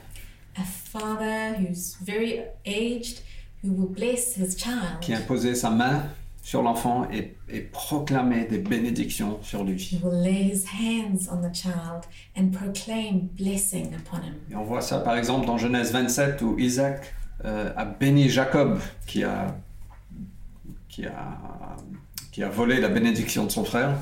Speaker 2: A father who's very aged who will bless his child,
Speaker 1: qui imposait sa main sur l'enfant et, et proclamait des bénédictions sur lui.
Speaker 2: who will lay his hands on the child and proclaim blessing upon him.
Speaker 1: Et on voit ça par exemple dans Genèse 27 où Isaac euh, a béni Jacob qui a, qui, a, qui a volé la bénédiction de son frère.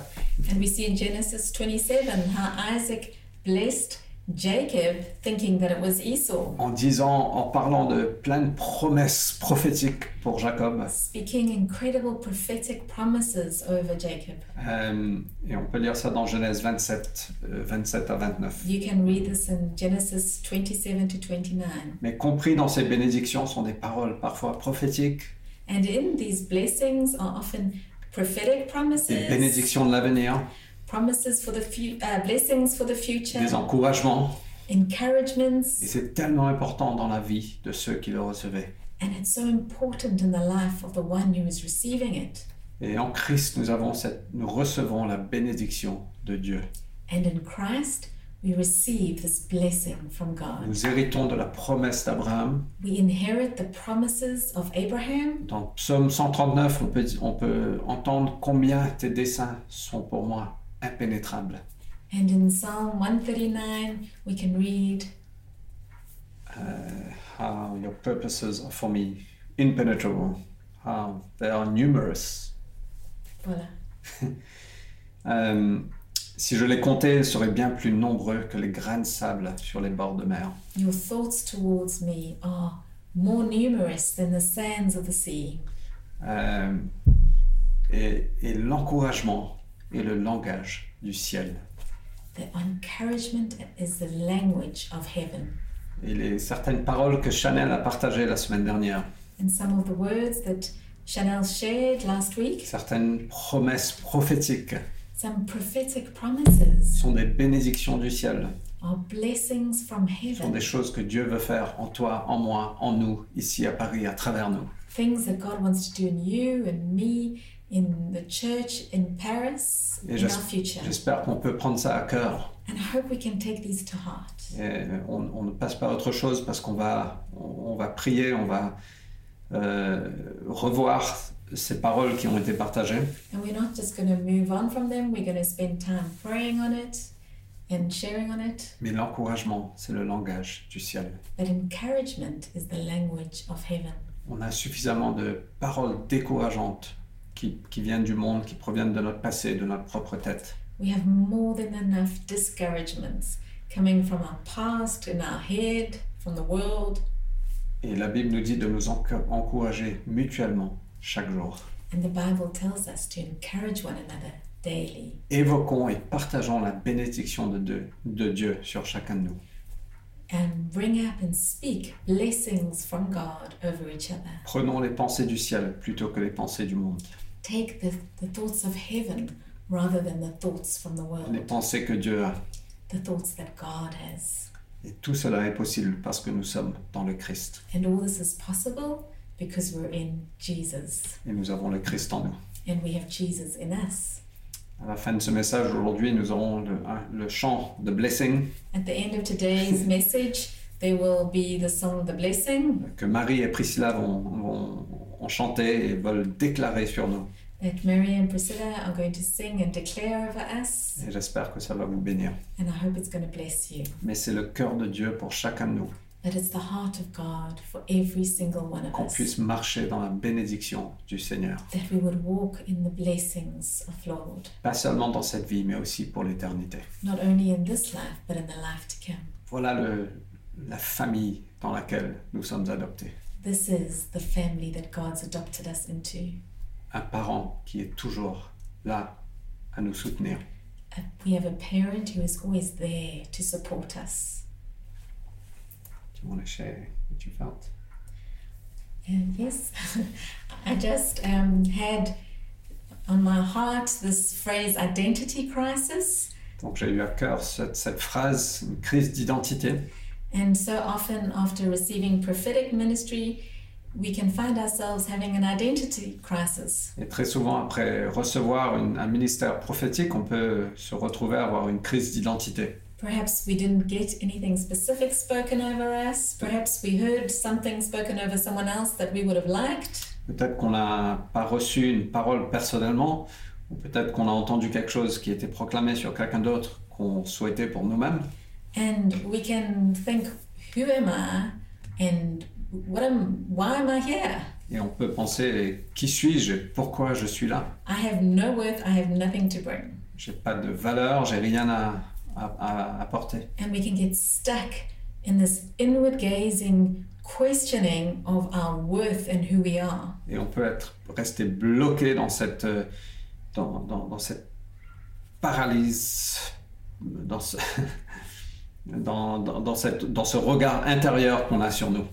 Speaker 2: And we see in Genesis 27 how Isaac blessed Jacob, thinking that it was Esau,
Speaker 1: En disant, en parlant de plein de promesses prophétiques pour Jacob.
Speaker 2: speaking incredible prophetic promises over Jacob.
Speaker 1: Euh, et on peut lire ça dans Genèse 27, euh, 27 à 29.
Speaker 2: You can read this in Genesis 27 to 29.
Speaker 1: Mais compris dans ces bénédictions sont des paroles parfois prophétiques,
Speaker 2: And in these blessings are often prophetic
Speaker 1: des
Speaker 2: promises,
Speaker 1: bénédictions de l'avenir,
Speaker 2: promises for the fu- uh, blessings for the future,
Speaker 1: des encouragements. Et
Speaker 2: encouragements,
Speaker 1: c'est tellement important dans la vie de ceux qui le recevaient.
Speaker 2: and it's so important in the life of the one who is receiving it.
Speaker 1: Et en Christ, nous, avons cette, nous recevons la bénédiction de Dieu.
Speaker 2: And in Christ, we receive this blessing from God.
Speaker 1: Nous héritons de la promesse d'Abraham.
Speaker 2: We inherit the promises of Abraham.
Speaker 1: Dans Psaume 139, on peut, on peut entendre combien tes desseins sont pour moi impénétrables.
Speaker 2: And in Psalm 139, we can read,
Speaker 1: How uh, your purposes are for me impenetrable. How they are numerous.
Speaker 2: voila.
Speaker 1: Euh, si je les comptais, ils seraient bien plus nombreux que les grains de sable sur les bords de mer.
Speaker 2: Your thoughts towards me are more numerous than the sands of the sea.
Speaker 1: Euh, et, et l'encouragement et le langage du ciel.
Speaker 2: The encouragement is the language of heaven.
Speaker 1: Et les certaines paroles que Chanel a partagées la semaine dernière.
Speaker 2: and some of the words that Chanel shared last week,
Speaker 1: Certaines promesses prophétiques
Speaker 2: some prophetic promises
Speaker 1: sont des bénédictions du ciel,
Speaker 2: are blessings from
Speaker 1: sont des
Speaker 2: heaven,
Speaker 1: choses que Dieu veut faire en toi, en moi, en nous, ici à Paris, à travers nous.
Speaker 2: things that God wants to do in you and me, in the church, in Paris,
Speaker 1: Et
Speaker 2: in
Speaker 1: j'es-
Speaker 2: our future.
Speaker 1: J'espère qu'on peut prendre ça à cœur.
Speaker 2: And I hope we can take these to heart.
Speaker 1: Et on, on ne passe pas à autre chose parce qu'on va, on, on va prier, on va euh, revoir ces paroles qui ont été partagées.
Speaker 2: And we're not just going to move on from them, we're going to spend time praying on it and sharing on it.
Speaker 1: Mais l'encouragement, c'est le langage du ciel.
Speaker 2: But encouragement is the language of heaven.
Speaker 1: On a suffisamment de paroles décourageantes qui, qui viennent du monde, qui proviennent de notre passé, de notre propre tête.
Speaker 2: We have more than enough discouragements coming from our past, in our head, from the world.
Speaker 1: Et la Bible nous dit de nous enc- encourager mutuellement chaque jour.
Speaker 2: And the Bible tells us to encourage one another daily.
Speaker 1: Évoquons et partageons la bénédiction de Dieu, de Dieu sur chacun de nous.
Speaker 2: And bring up and speak blessings from God over each other.
Speaker 1: Prenons les pensées du ciel plutôt que les pensées du monde.
Speaker 2: Take the, the thoughts of heaven rather than the thoughts from the
Speaker 1: Les
Speaker 2: world,
Speaker 1: pensées que Dieu a.
Speaker 2: the thoughts that God has.
Speaker 1: Et tout cela est possible parce que nous sommes dans le Christ.
Speaker 2: And all this is possible because we're in Jesus
Speaker 1: Et nous avons le Christ en nous.
Speaker 2: and we have Jesus in us.
Speaker 1: À la fin de ce message, aujourd'hui, nous aurons le, hein, le chant de blessing
Speaker 2: At the end of today's message, there will be the song The Blessing
Speaker 1: que Marie et Priscilla vont, vont, vont chanter et veulent déclarer sur nous.
Speaker 2: that Mary and Priscilla are going to sing and declare over us.
Speaker 1: Et j'espère que ça va vous bénir.
Speaker 2: And I hope it's going to bless you.
Speaker 1: Mais c'est le cœur de Dieu pour chacun de nous,
Speaker 2: That it's the heart of God for every single one of
Speaker 1: qu'on
Speaker 2: us.
Speaker 1: puisse marcher dans la bénédiction du Seigneur.
Speaker 2: That we would walk in the blessings of Lord,
Speaker 1: Pas seulement dans cette vie, mais aussi pour l'éternité.
Speaker 2: not only in this life, but in the life to come.
Speaker 1: Voilà le, la famille dans laquelle nous sommes adoptés.
Speaker 2: This is the family that God's adopted us into.
Speaker 1: Un parent qui est toujours là à nous soutenir.
Speaker 2: Uh, We have a parent who is always there to support us.
Speaker 1: Do you want to share what you felt?
Speaker 2: And yes, I just um, had on my heart this phrase identity crisis.
Speaker 1: Donc j'ai eu à cœur cette, cette phrase, une crise d'identité.
Speaker 2: And so often, after receiving prophetic ministry, we can find ourselves having an identity crisis.
Speaker 1: Et très souvent, après recevoir une- un ministère prophétique, on peut se retrouver à avoir une crise d'identité.
Speaker 2: Perhaps we didn't get anything specific spoken over us. Perhaps we heard something spoken over someone else that we would have liked.
Speaker 1: Peut-être qu'on n'a pas reçu une parole personnellement, ou peut-être qu'on a entendu quelque chose qui était proclamé sur quelqu'un d'autre qu'on souhaitait pour nous-mêmes.
Speaker 2: And we can think, who am I? And what am, why am I here?
Speaker 1: Et on peut penser qui suis-je et Pourquoi je suis là
Speaker 2: I have no worth, I have nothing to bring.
Speaker 1: J'ai pas de valeur, j'ai rien à, à- à apporter.
Speaker 2: And we can get stuck in this inward gazing questioning of our worth and who we are.
Speaker 1: Et on peut être resté bloqué dans cette, euh, dans, dans- dans cette paralyse, dans ce, dans, dans- dans cette, dans ce regard intérieur qu'on a sur nous.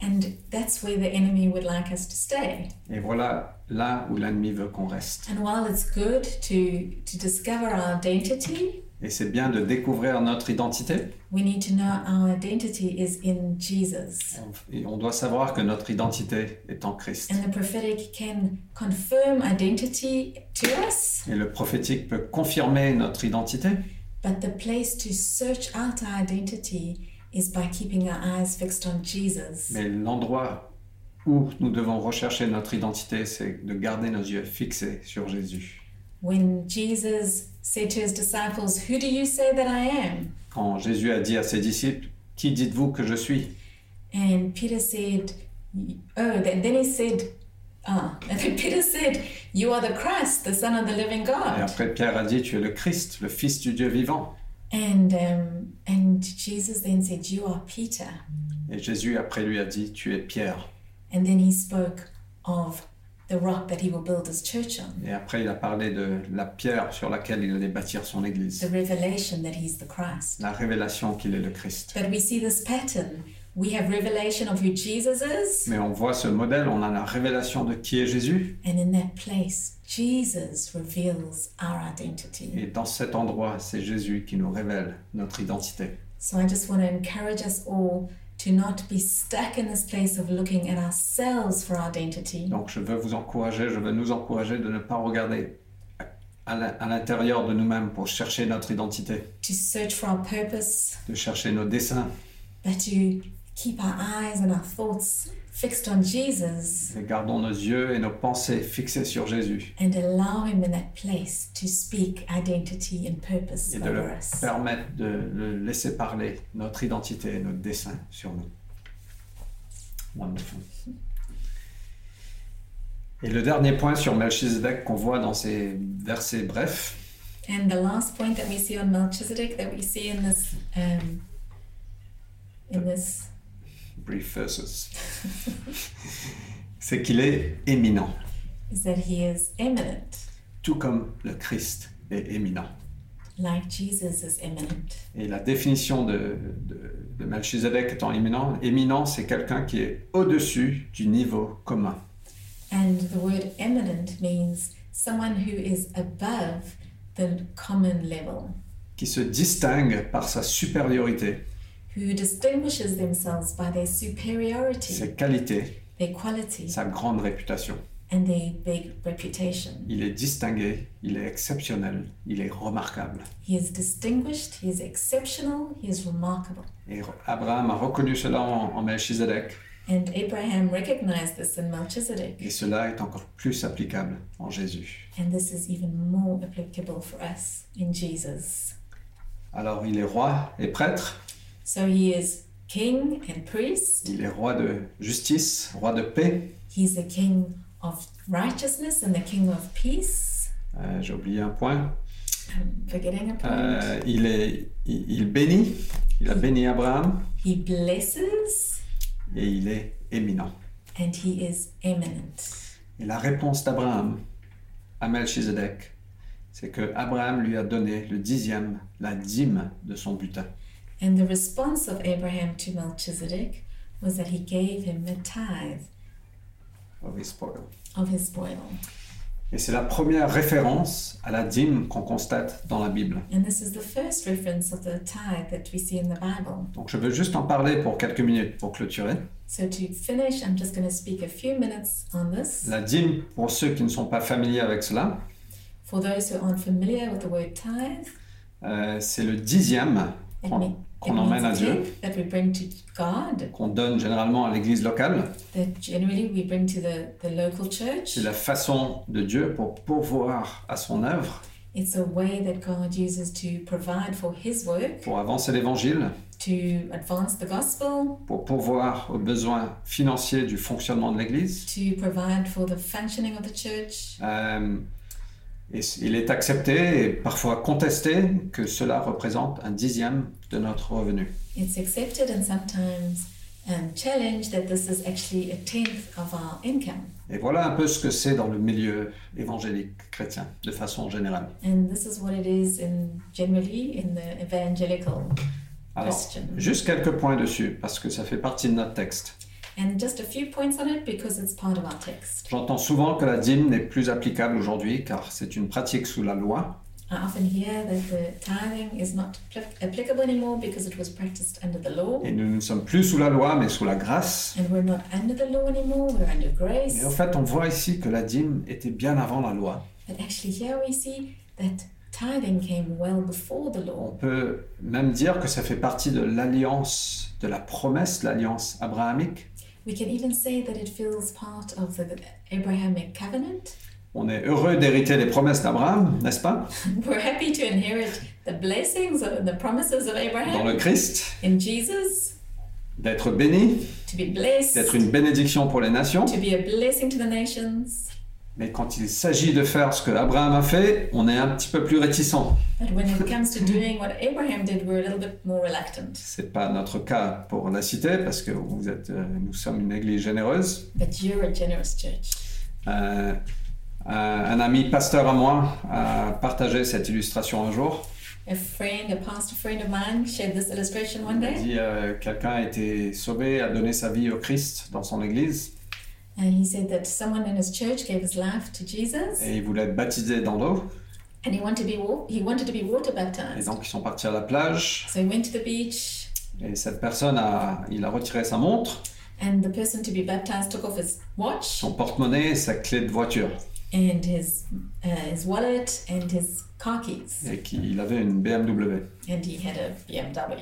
Speaker 2: And that's where the enemy would like us to stay.
Speaker 1: Et voilà là où l'ennemi veut qu'on reste.
Speaker 2: And while it's good to, to discover our identity,
Speaker 1: Et c'est bien de découvrir notre identité.
Speaker 2: we need to know our identity is in Jesus.
Speaker 1: On- Et on doit savoir que notre identité est en Christ.
Speaker 2: And the prophetic can confirm identity to us,
Speaker 1: Et le prophétique peut confirmer notre identité,
Speaker 2: but the place to search out our identity is by keeping our eyes fixed on Jesus.
Speaker 1: mais l'endroit où nous devons rechercher notre identité, c'est de garder nos yeux fixés sur Jésus.
Speaker 2: When Jesus said to his disciples, Who do you say that I am?
Speaker 1: quand Jésus a dit à ses disciples, Qui dites-vous que je suis
Speaker 2: And Peter said, Oh, then, then he said, Ah, and then Peter said, You are the Christ, the Son of the living
Speaker 1: Et
Speaker 2: God.
Speaker 1: après, Pierre a dit, Tu es le Christ, le Fils du Dieu vivant.
Speaker 2: And, um, and Jesus then said, You are Peter.
Speaker 1: Et Jésus, après lui, a dit, Tu es Pierre.
Speaker 2: And then he spoke of the rock that he will build his church on,
Speaker 1: Et après, il a parlé de la pierre sur laquelle il allait bâtir son
Speaker 2: the
Speaker 1: Église.
Speaker 2: revelation that he's the Christ.
Speaker 1: La révélation qu'il est le Christ.
Speaker 2: But we see this pattern We have revelation of who Jesus is,
Speaker 1: Mais on voit ce modèle, on a la révélation de qui est Jésus.
Speaker 2: and in that place, Jesus reveals our identity.
Speaker 1: Et dans cet endroit, c'est Jésus qui nous révèle notre identité.
Speaker 2: So I just want to encourage us all to not be stuck in this place of looking at ourselves for identity,
Speaker 1: Donc je veux vous encourager, je veux nous encourager de ne pas regarder à l'in- à l'intérieur de nous-mêmes pour chercher notre identité,
Speaker 2: to search for our purpose,
Speaker 1: de chercher nos desseins,
Speaker 2: but to keep our eyes and our thoughts fixed on Jesus
Speaker 1: mais gardons nos yeux et nos pensées fixés sur Jésus
Speaker 2: and allow Him in that place to speak identity and purpose
Speaker 1: et de le
Speaker 2: over us.
Speaker 1: permettre de le laisser parler notre identité et notre dessein sur nous. Wonderful. Et le dernier point sur Melchizedek qu'on voit dans ces versets brefs,
Speaker 2: And the last point that we see on Melchizedek that we see in this um, in this
Speaker 1: brief verses, c'est qu'il est éminent.
Speaker 2: is that he is eminent,
Speaker 1: tout comme le Christ est éminent.
Speaker 2: like Jesus is eminent.
Speaker 1: Et la définition de, de, de Melchizedek étant éminent, éminent, c'est quelqu'un qui est au-dessus du niveau commun.
Speaker 2: And the word eminent means someone who is above the common level,
Speaker 1: qui se distingue par sa supériorité,
Speaker 2: who distinguishes themselves by their superiority,
Speaker 1: ses qualités,
Speaker 2: their quality,
Speaker 1: sa grande réputation.
Speaker 2: and their big reputation.
Speaker 1: Il est distingué, il est exceptionnel, il est remarquable.
Speaker 2: He is distinguished, he is exceptional, he is remarkable.
Speaker 1: Et Abraham a reconnu cela en, en Melchizedek,
Speaker 2: And Abraham recognized this in Melchizedek.
Speaker 1: et cela est encore plus applicable en Jésus.
Speaker 2: And this is even more applicable for us in Jesus.
Speaker 1: Alors il est roi et prêtre,
Speaker 2: So he is king and priest,
Speaker 1: il est roi de justice, roi de paix,
Speaker 2: he's the king of righteousness and the king of peace.
Speaker 1: Euh, J'ai oublié un point.
Speaker 2: I'm forgetting a point.
Speaker 1: Euh, il, est, il, il bénit, il a béni Abraham
Speaker 2: he blesses
Speaker 1: et il est éminent.
Speaker 2: and he is eminent.
Speaker 1: Et la réponse d'Abraham à Melchizedek, c'est que Abraham lui a donné le dixième, la dîme de son butin.
Speaker 2: And the response of Abraham to Melchizedek was that he gave him a tithe
Speaker 1: of his spoil.
Speaker 2: of his spoil.
Speaker 1: Et c'est la première référence à la dîme qu'on constate dans la Bible.
Speaker 2: And this is the first reference of the tithe that we see in the Bible.
Speaker 1: Donc je veux juste en parler pour quelques minutes pour clôturer.
Speaker 2: So to finish, I'm just going to speak a few minutes on this.
Speaker 1: La dîme, pour ceux qui ne sont pas familiers avec cela,
Speaker 2: For those who aren't familiar with the word tithe,
Speaker 1: euh, c'est le dixième
Speaker 2: it,
Speaker 1: qu'on
Speaker 2: mean- it
Speaker 1: qu'on emmène à
Speaker 2: means
Speaker 1: Dieu,
Speaker 2: tenth that we bring to God,
Speaker 1: qu'on donne généralement à l'église locale.
Speaker 2: that generally we bring to the, the local church.
Speaker 1: C'est la façon de Dieu pour pourvoir à son œuvre,
Speaker 2: It's a way that God uses to provide for His work,
Speaker 1: pour avancer l'évangile,
Speaker 2: to advance the gospel,
Speaker 1: pour pourvoir aux besoins financiers du fonctionnement de l'Église.
Speaker 2: to provide for the functioning of the church.
Speaker 1: Euh, et c- il est accepté et parfois contesté que cela représente un dixième de notre revenu.
Speaker 2: It's accepted and sometimes um, challenged that this is actually a tenth of our income.
Speaker 1: Et voilà un peu ce que c'est dans le milieu évangélique chrétien, de façon générale.
Speaker 2: And this is what it is in generally in the evangelical
Speaker 1: Alors,
Speaker 2: Christian.
Speaker 1: juste quelques points dessus, parce que ça fait partie de notre texte.
Speaker 2: And just a few points on it because it's part of our text.
Speaker 1: J'entends souvent que la dîme n'est plus applicable aujourd'hui, car c'est une pratique sous la loi,
Speaker 2: I often hear that the tithing is not pl- applicable anymore because it was practiced under the law.
Speaker 1: Et nous ne sommes plus sous la loi, mais sous la grâce.
Speaker 2: And we're not under the law anymore, we're under grace.
Speaker 1: Mais en fait, on voit ici que la dîme était bien avant la loi.
Speaker 2: But actually, here we see that tithing came well before the
Speaker 1: On
Speaker 2: law.
Speaker 1: peut même dire que ça fait partie de l'alliance, de la promesse, l'alliance abrahamique.
Speaker 2: We can even say that it feels part of the Abrahamic covenant.
Speaker 1: On est heureux d'hériter des promesses d'Abraham, n'est-ce pas
Speaker 2: We're happy to inherit the blessings and the promises of
Speaker 1: Dans
Speaker 2: Abraham
Speaker 1: le Christ,
Speaker 2: in Jesus,
Speaker 1: d'être béni,
Speaker 2: to be blessed,
Speaker 1: d'être une bénédiction pour les nations.
Speaker 2: to be a blessing to the nations.
Speaker 1: Mais quand il s'agit de faire ce que Abraham a fait, on est un petit peu plus réticent.
Speaker 2: But when it comes to doing what Abraham did, we're a little bit more reluctant.
Speaker 1: C'est pas notre cas pour la cité, parce que vous êtes, euh, nous sommes une église généreuse.
Speaker 2: But you're a generous church.
Speaker 1: Euh, un- un ami pasteur à moi a partagé cette illustration un jour.
Speaker 2: a friend, a pastor friend of mine, shared this illustration one
Speaker 1: Il
Speaker 2: day,
Speaker 1: dit euh, quelqu'un a été sauvé, a donné sa vie au Christ dans son église
Speaker 2: and he said that someone in his church gave his life to Jesus,
Speaker 1: et il voulait être baptisé dans l'eau.
Speaker 2: and he wanted to be wa- he wanted to be water
Speaker 1: Et
Speaker 2: baptized.
Speaker 1: donc ils sont partis à la plage
Speaker 2: So he went to the beach,
Speaker 1: et cette personne a, il a retiré sa montre,
Speaker 2: and the person to be baptized took off his watch
Speaker 1: son porte-monnaie et sa clé de voiture.
Speaker 2: and his uh, his wallet and his car keys,
Speaker 1: Et qu'il avait une BMW.
Speaker 2: and he had a BMW.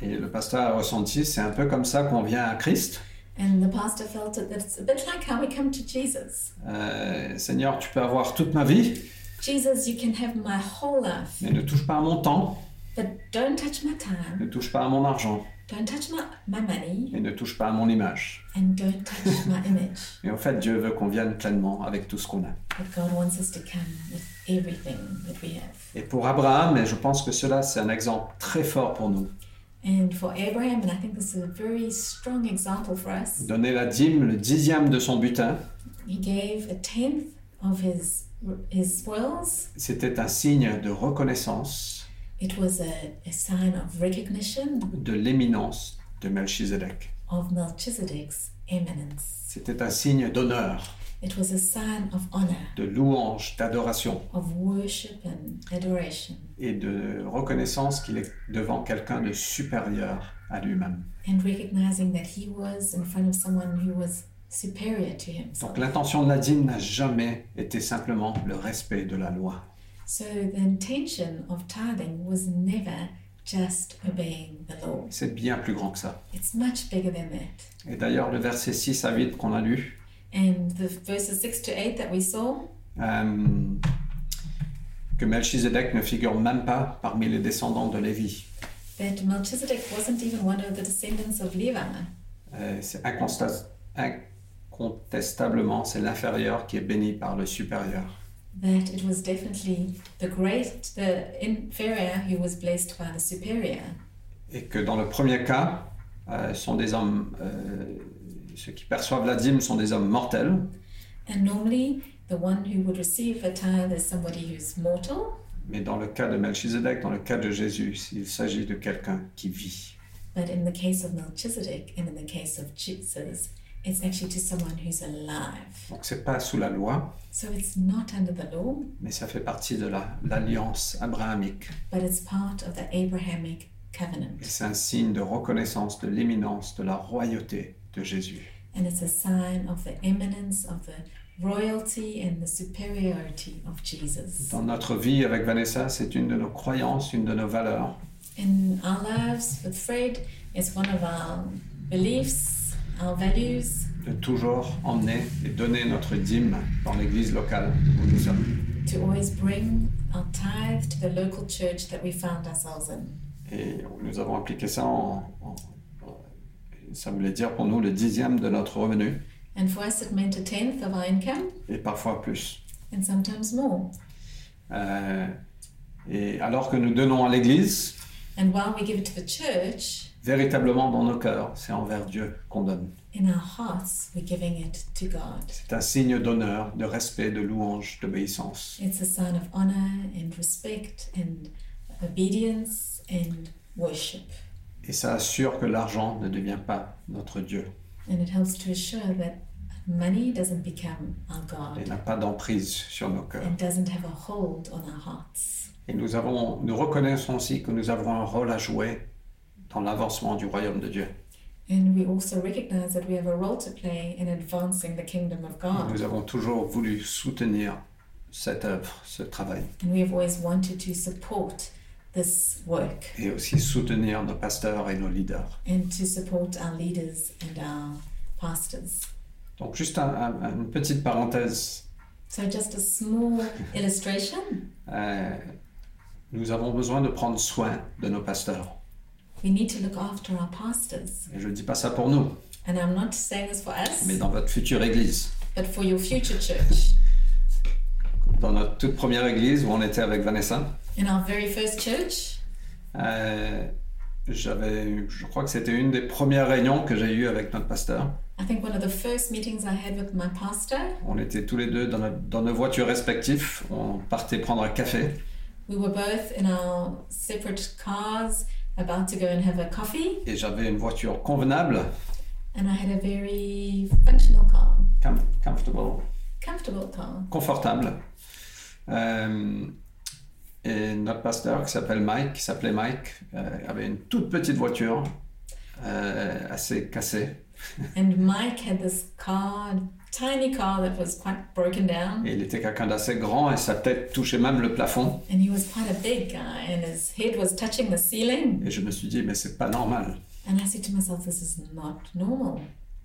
Speaker 1: Et le pasteur a ressenti, c'est un peu comme ça qu'on vient à Christ.
Speaker 2: And the pastor felt that it's a bit like how we come to Jesus.
Speaker 1: Euh, Seigneur, tu peux avoir toute ma vie,
Speaker 2: Jesus, you can have my whole life,
Speaker 1: mais ne touche pas à mon temps,
Speaker 2: but don't touch my
Speaker 1: ne
Speaker 2: time,
Speaker 1: touche pas à mon argent,
Speaker 2: don't touch my, my money,
Speaker 1: et ne touche pas à mon image.
Speaker 2: and don't touch my image.
Speaker 1: Et en fait, Dieu veut qu'on vienne pleinement avec tout ce qu'on a.
Speaker 2: But God wants us to come with everything that we have.
Speaker 1: Et pour Abraham, et je pense que cela, c'est un exemple très fort pour nous.
Speaker 2: And for Abraham, and I think this is a very strong example for us,
Speaker 1: Donner la dîme, le dixième de son butin,
Speaker 2: he gave a tenth of his his wills.
Speaker 1: c'était un signe de reconnaissance
Speaker 2: It was a, a sign of recognition
Speaker 1: de l'éminence de Melchizedek.
Speaker 2: of Melchizedek's eminence.
Speaker 1: C'était un signe d'honneur,
Speaker 2: It was a sign of honor,
Speaker 1: de louange, d'adoration
Speaker 2: of worship and adoration,
Speaker 1: et de reconnaissance qu'il est devant quelqu'un de supérieur à lui-même.
Speaker 2: and recognizing that he was in front of someone who was superior to himself.
Speaker 1: Donc l'intention de la dîme n'a jamais été simplement le respect de la loi.
Speaker 2: So the intention of tithing was never just obeying the law.
Speaker 1: C'est bien plus grand que ça.
Speaker 2: It's much bigger than that.
Speaker 1: Et d'ailleurs, le verset 6 à 8 qu'on a lu,
Speaker 2: And the verses 6 to 8 that we saw,
Speaker 1: Euh, que Melchizedek ne figure même pas parmi les descendants de Lévi.
Speaker 2: that Melchizedek wasn't even one of the descendants of Levi.
Speaker 1: Euh, c'est inconsta- incontestablement, c'est l'inférieur qui est béni par le supérieur.
Speaker 2: That it was definitely the great, the inferior who was blessed by the superior.
Speaker 1: Et que dans le premier cas, euh, sont des hommes, euh, ceux qui perçoivent la dîme sont des hommes mortels.
Speaker 2: And normally, the one who would receive a tithe is somebody who's mortal,
Speaker 1: Mais dans le cas de Melchizedek, dans le cas de Jésus, il s'agit de quelqu'un qui vit.
Speaker 2: but in the case of Melchizedek and in the case of Jesus, it's actually to someone who's alive.
Speaker 1: Donc c'est pas sous la loi,
Speaker 2: So it's not under the law,
Speaker 1: mais ça fait partie de la- l'alliance abrahamique.
Speaker 2: but it's part of the Abrahamic
Speaker 1: Et
Speaker 2: covenant.
Speaker 1: c'est un signe de reconnaissance de l'éminence, de la royauté de Jésus.
Speaker 2: and it's a sign of the eminence of the royalty and the superiority of Jesus.
Speaker 1: Dans notre vie avec Vanessa, c'est une de nos croyances, une de nos valeurs.
Speaker 2: In our lives with Fred, it's one of our beliefs, our values,
Speaker 1: de toujours emmener et donner notre dîme dans l'église locale où nous sommes.
Speaker 2: to always bring our tithe to the local church that we found ourselves in.
Speaker 1: Et nous avons appliqué ça en, en- en- Ça voulait dire pour nous le dixième de notre revenu,
Speaker 2: And for us, it meant a tenth of our income
Speaker 1: et parfois plus.
Speaker 2: and sometimes more.
Speaker 1: Euh, et alors que nous donnons à l'église,
Speaker 2: And while we give it to the church,
Speaker 1: véritablement dans nos cœurs, c'est envers Dieu qu'on donne.
Speaker 2: in our hearts, we're giving it to God.
Speaker 1: C'est un signe d'honneur, de respect, de louange, d'obéissance.
Speaker 2: It's a sign of honor and respect and obedience and worship.
Speaker 1: Et ça assure que l'argent ne devient pas notre Dieu
Speaker 2: And it helps to assure that money doesn't become our
Speaker 1: et
Speaker 2: God
Speaker 1: n'a pas d'emprise sur nos cœurs.
Speaker 2: and doesn't have a hold on our hearts.
Speaker 1: Et nous, avons, nous reconnaissons aussi que nous avons un rôle à jouer dans l'avancement du royaume de Dieu.
Speaker 2: And we also recognize that we have a role to play in advancing the kingdom of God.
Speaker 1: Nous avons toujours voulu soutenir cette œuvre, ce travail,
Speaker 2: And we have always wanted to support this work
Speaker 1: et aussi soutenir nos pasteurs et nos leaders.
Speaker 2: and to support our leaders and our pastors.
Speaker 1: Donc juste un- un- une petite parenthèse,
Speaker 2: So, just a small illustration
Speaker 1: euh, nous avons besoin de prendre soin de nos pasteurs.
Speaker 2: we need to look after our pastors.
Speaker 1: Et je ne dis pas ça pour nous,
Speaker 2: And I'm not saying this for us,
Speaker 1: mais dans votre future église.
Speaker 2: but for your future church.
Speaker 1: Dans notre toute première église où on était avec Vanessa,
Speaker 2: In our very first church,
Speaker 1: Euh, j'avais, eu- je crois que c'était une des premières réunions que j'ai eues avec notre pasteur.
Speaker 2: I think one of the first meetings I had with my pastor,
Speaker 1: On était tous les deux dans, notre- dans nos voitures respectives. On partait prendre un café
Speaker 2: We were both in our separate cars, about to go and have a coffee,
Speaker 1: et j'avais une voiture convenable,
Speaker 2: and I had a very functional car,
Speaker 1: com- comfortable,
Speaker 2: comfortable car.
Speaker 1: confortable. Euh, et notre pasteur qui s'appelle Mike, qui s'appelait Mike, euh, avait une toute petite voiture, euh, assez cassée,
Speaker 2: And Mike had this car, tiny car that was quite broken down,
Speaker 1: et il était quelqu'un d'assez grand et sa tête touchait même le plafond.
Speaker 2: and he was quite a big guy, and his head was touching the ceiling.
Speaker 1: Et je me suis dit, mais c'est pas normal.
Speaker 2: And I said to myself, this is not normal.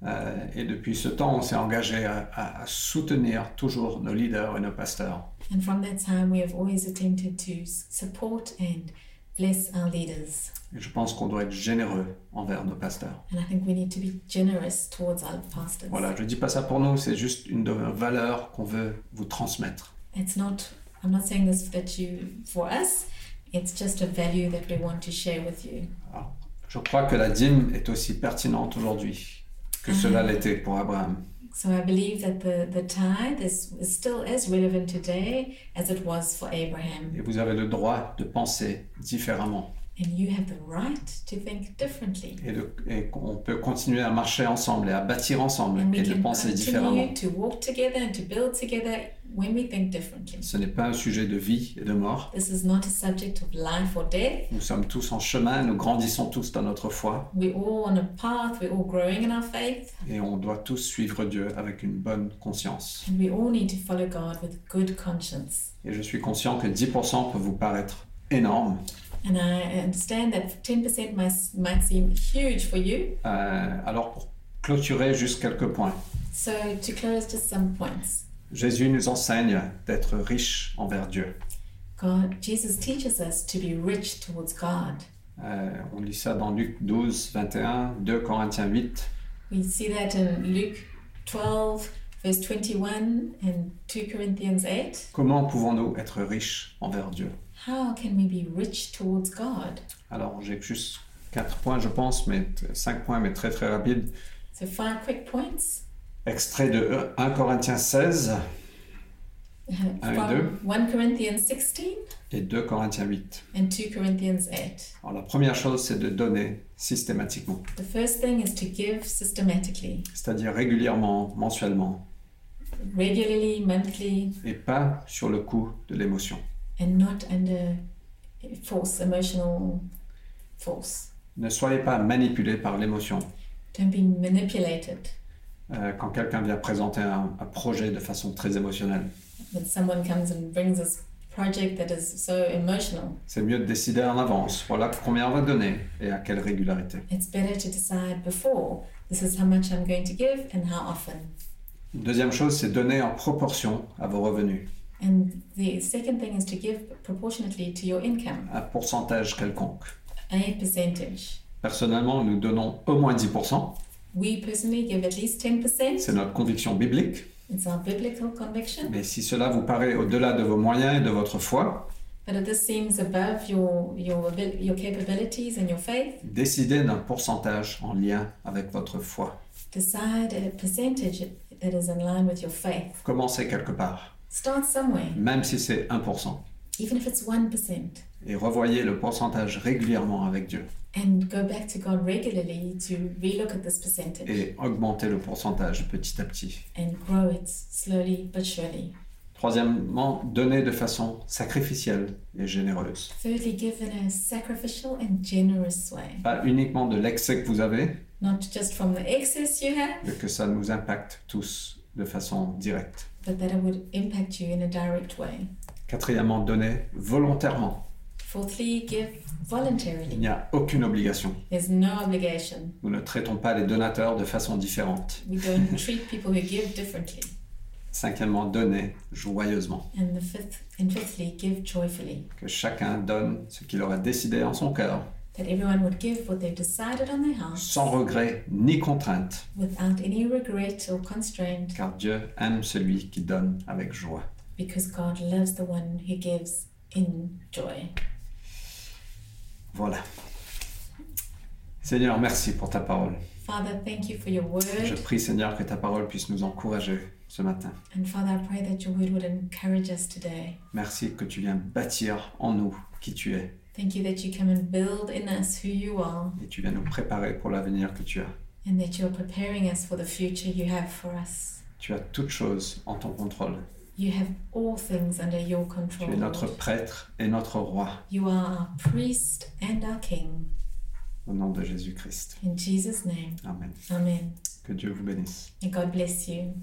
Speaker 1: Euh, et depuis ce temps, on s'est engagé à, à- à soutenir toujours nos leaders et nos pasteurs.
Speaker 2: And from that time, we have always attempted to s- support and bless our leaders.
Speaker 1: Et je pense qu'on doit être généreux envers nos pasteurs.
Speaker 2: And I think we need to be generous towards our pastors.
Speaker 1: Voilà, je dis pas ça pour nous, c'est juste une de nos valeurs qu'on veut vous transmettre.
Speaker 2: It's not, I'm not saying this that you, for us, it's just a value that we want to share with you.
Speaker 1: Je crois que la dîme est aussi pertinente aujourd'hui que cela l'était pour Abraham.
Speaker 2: So I believe that the, the tithe is, is still as relevant today as it was for Abraham.
Speaker 1: Et vous avez le droit de penser différemment.
Speaker 2: And you have the right to think differently.
Speaker 1: Et, de- et on peut continuer à marcher ensemble et à bâtir ensemble
Speaker 2: And we
Speaker 1: et de
Speaker 2: can
Speaker 1: penser différemment.
Speaker 2: continue to walk together and to build together when we think differently.
Speaker 1: Ce n'est pas un sujet de vie et de mort.
Speaker 2: This is not a subject of life or death.
Speaker 1: Nous sommes tous en chemin, nous grandissons tous dans notre foi
Speaker 2: We're all on a path, we're all growing in our faith,
Speaker 1: et on doit tous suivre Dieu avec une bonne conscience.
Speaker 2: and we all need to follow God with good conscience.
Speaker 1: Et je suis conscient que 10% peut vous paraître énorme.
Speaker 2: And I understand that 10% might, might seem huge for you.
Speaker 1: Euh, alors pour clôturer juste quelques points.
Speaker 2: So, to close, just some points.
Speaker 1: Jésus nous enseigne d'être riche envers Dieu.
Speaker 2: God, Jesus teaches us to be rich towards God.
Speaker 1: Euh, on lit ça dans Luc 12, 21, 2 Corinthiens 8.
Speaker 2: We see that in Luke 12, verse 21, and 2 Corinthians 8.
Speaker 1: Comment pouvons-nous être riches envers Dieu
Speaker 2: How can we be rich towards God?
Speaker 1: Alors j'ai juste 4 points je pense, mais 5 points mais très très rapides.
Speaker 2: So, five quick points.
Speaker 1: Extrait de 1 Corinthiens 16
Speaker 2: Uh,
Speaker 1: I
Speaker 2: from
Speaker 1: do.
Speaker 2: 1 Corinthians 16
Speaker 1: et 2 Corinthiens 8.
Speaker 2: and 2 Corinthians 8.
Speaker 1: Alors la première chose, c'est de donner systématiquement,
Speaker 2: The first thing is to give systematically,
Speaker 1: c'est-à-dire régulièrement, mensuellement,
Speaker 2: regularly, monthly,
Speaker 1: et pas sur le coup de l'émotion.
Speaker 2: and not under force, emotional force.
Speaker 1: Ne soyez pas manipulé par l'émotion.
Speaker 2: Don't be manipulated
Speaker 1: euh, quand quelqu'un vient présenter un, un projet de façon très émotionnelle,
Speaker 2: when someone comes and brings this project that is so emotional.
Speaker 1: c'est mieux de décider en avance. Voilà combien on va donner et à quelle régularité.
Speaker 2: It's better to decide before this is how much I'm going to give and how often.
Speaker 1: Une Deuxième chose, c'est donner en proportion à vos revenus,
Speaker 2: And the second thing is to give proportionately to your income,
Speaker 1: un pourcentage quelconque.
Speaker 2: a percentage.
Speaker 1: Personnellement, nous donnons au moins 10%.
Speaker 2: We personally give at least 10%.
Speaker 1: C'est notre conviction biblique.
Speaker 2: It's our biblical conviction.
Speaker 1: Mais si cela vous paraît au-delà de vos moyens et de votre foi,
Speaker 2: But if this seems above your, your, abil- your capabilities and your faith,
Speaker 1: Décidez d'un pourcentage en lien avec votre foi.
Speaker 2: decide a percentage that is in line with your faith.
Speaker 1: Commencez quelque part,
Speaker 2: Start somewhere,
Speaker 1: même si c'est 1%,
Speaker 2: even if it's 1%,
Speaker 1: et revoyez le pourcentage régulièrement avec Dieu
Speaker 2: and go back to God regularly to relook at this percentage
Speaker 1: et augmentez le pourcentage petit à petit.
Speaker 2: and grow it slowly but surely.
Speaker 1: Troisièmement, donnez de façon sacrificielle et généreuse.
Speaker 2: Thirdly, give in a sacrificial and generous way,
Speaker 1: Pas uniquement de l'excès que vous avez,
Speaker 2: not just from the excess you have,
Speaker 1: mais que ça nous impacte tous de façon directe.
Speaker 2: but that it would impact you in a direct way.
Speaker 1: Quatrièmement, donnez volontairement.
Speaker 2: Fourthly, give
Speaker 1: Il
Speaker 2: voluntarily.
Speaker 1: n'y a aucune obligation.
Speaker 2: There's no obligation.
Speaker 1: Nous ne traitons pas les donateurs de façon différente.
Speaker 2: We don't treat people who give differently.
Speaker 1: Cinquièmement, donnez joyeusement.
Speaker 2: And the fifth and fifthly, give joyfully.
Speaker 1: que chacun donne ce qu'il aura décidé en son cœur,
Speaker 2: That everyone would give what they've decided on their heart
Speaker 1: sans regret ni contrainte,
Speaker 2: without any regret or constraint,
Speaker 1: car Dieu aime celui qui donne avec joie.
Speaker 2: because God loves the one who gives in joy.
Speaker 1: Voilà. Seigneur, merci pour ta parole.
Speaker 2: Father, thank you for your
Speaker 1: Je
Speaker 2: word.
Speaker 1: prie, Seigneur, que ta parole puisse nous encourager, ce matin.
Speaker 2: And Father, I pray that your word would encourage us today.
Speaker 1: Merci que tu viens bâtir en nous qui tu es
Speaker 2: Thank you that you come and build in us who you are
Speaker 1: et tu viens nous préparer pour l'avenir que tu as.
Speaker 2: and that you're preparing us for the future you have for us.
Speaker 1: Tu as toutes choses en ton contrôle.
Speaker 2: You have all things under your control.
Speaker 1: Tu es notre prêtre et notre roi
Speaker 2: You are our priest and our king.
Speaker 1: au nom de Jésus-Christ.
Speaker 2: In Jesus' name,
Speaker 1: Amen.
Speaker 2: amen.
Speaker 1: Que Dieu vous bénisse.
Speaker 2: And God bless you.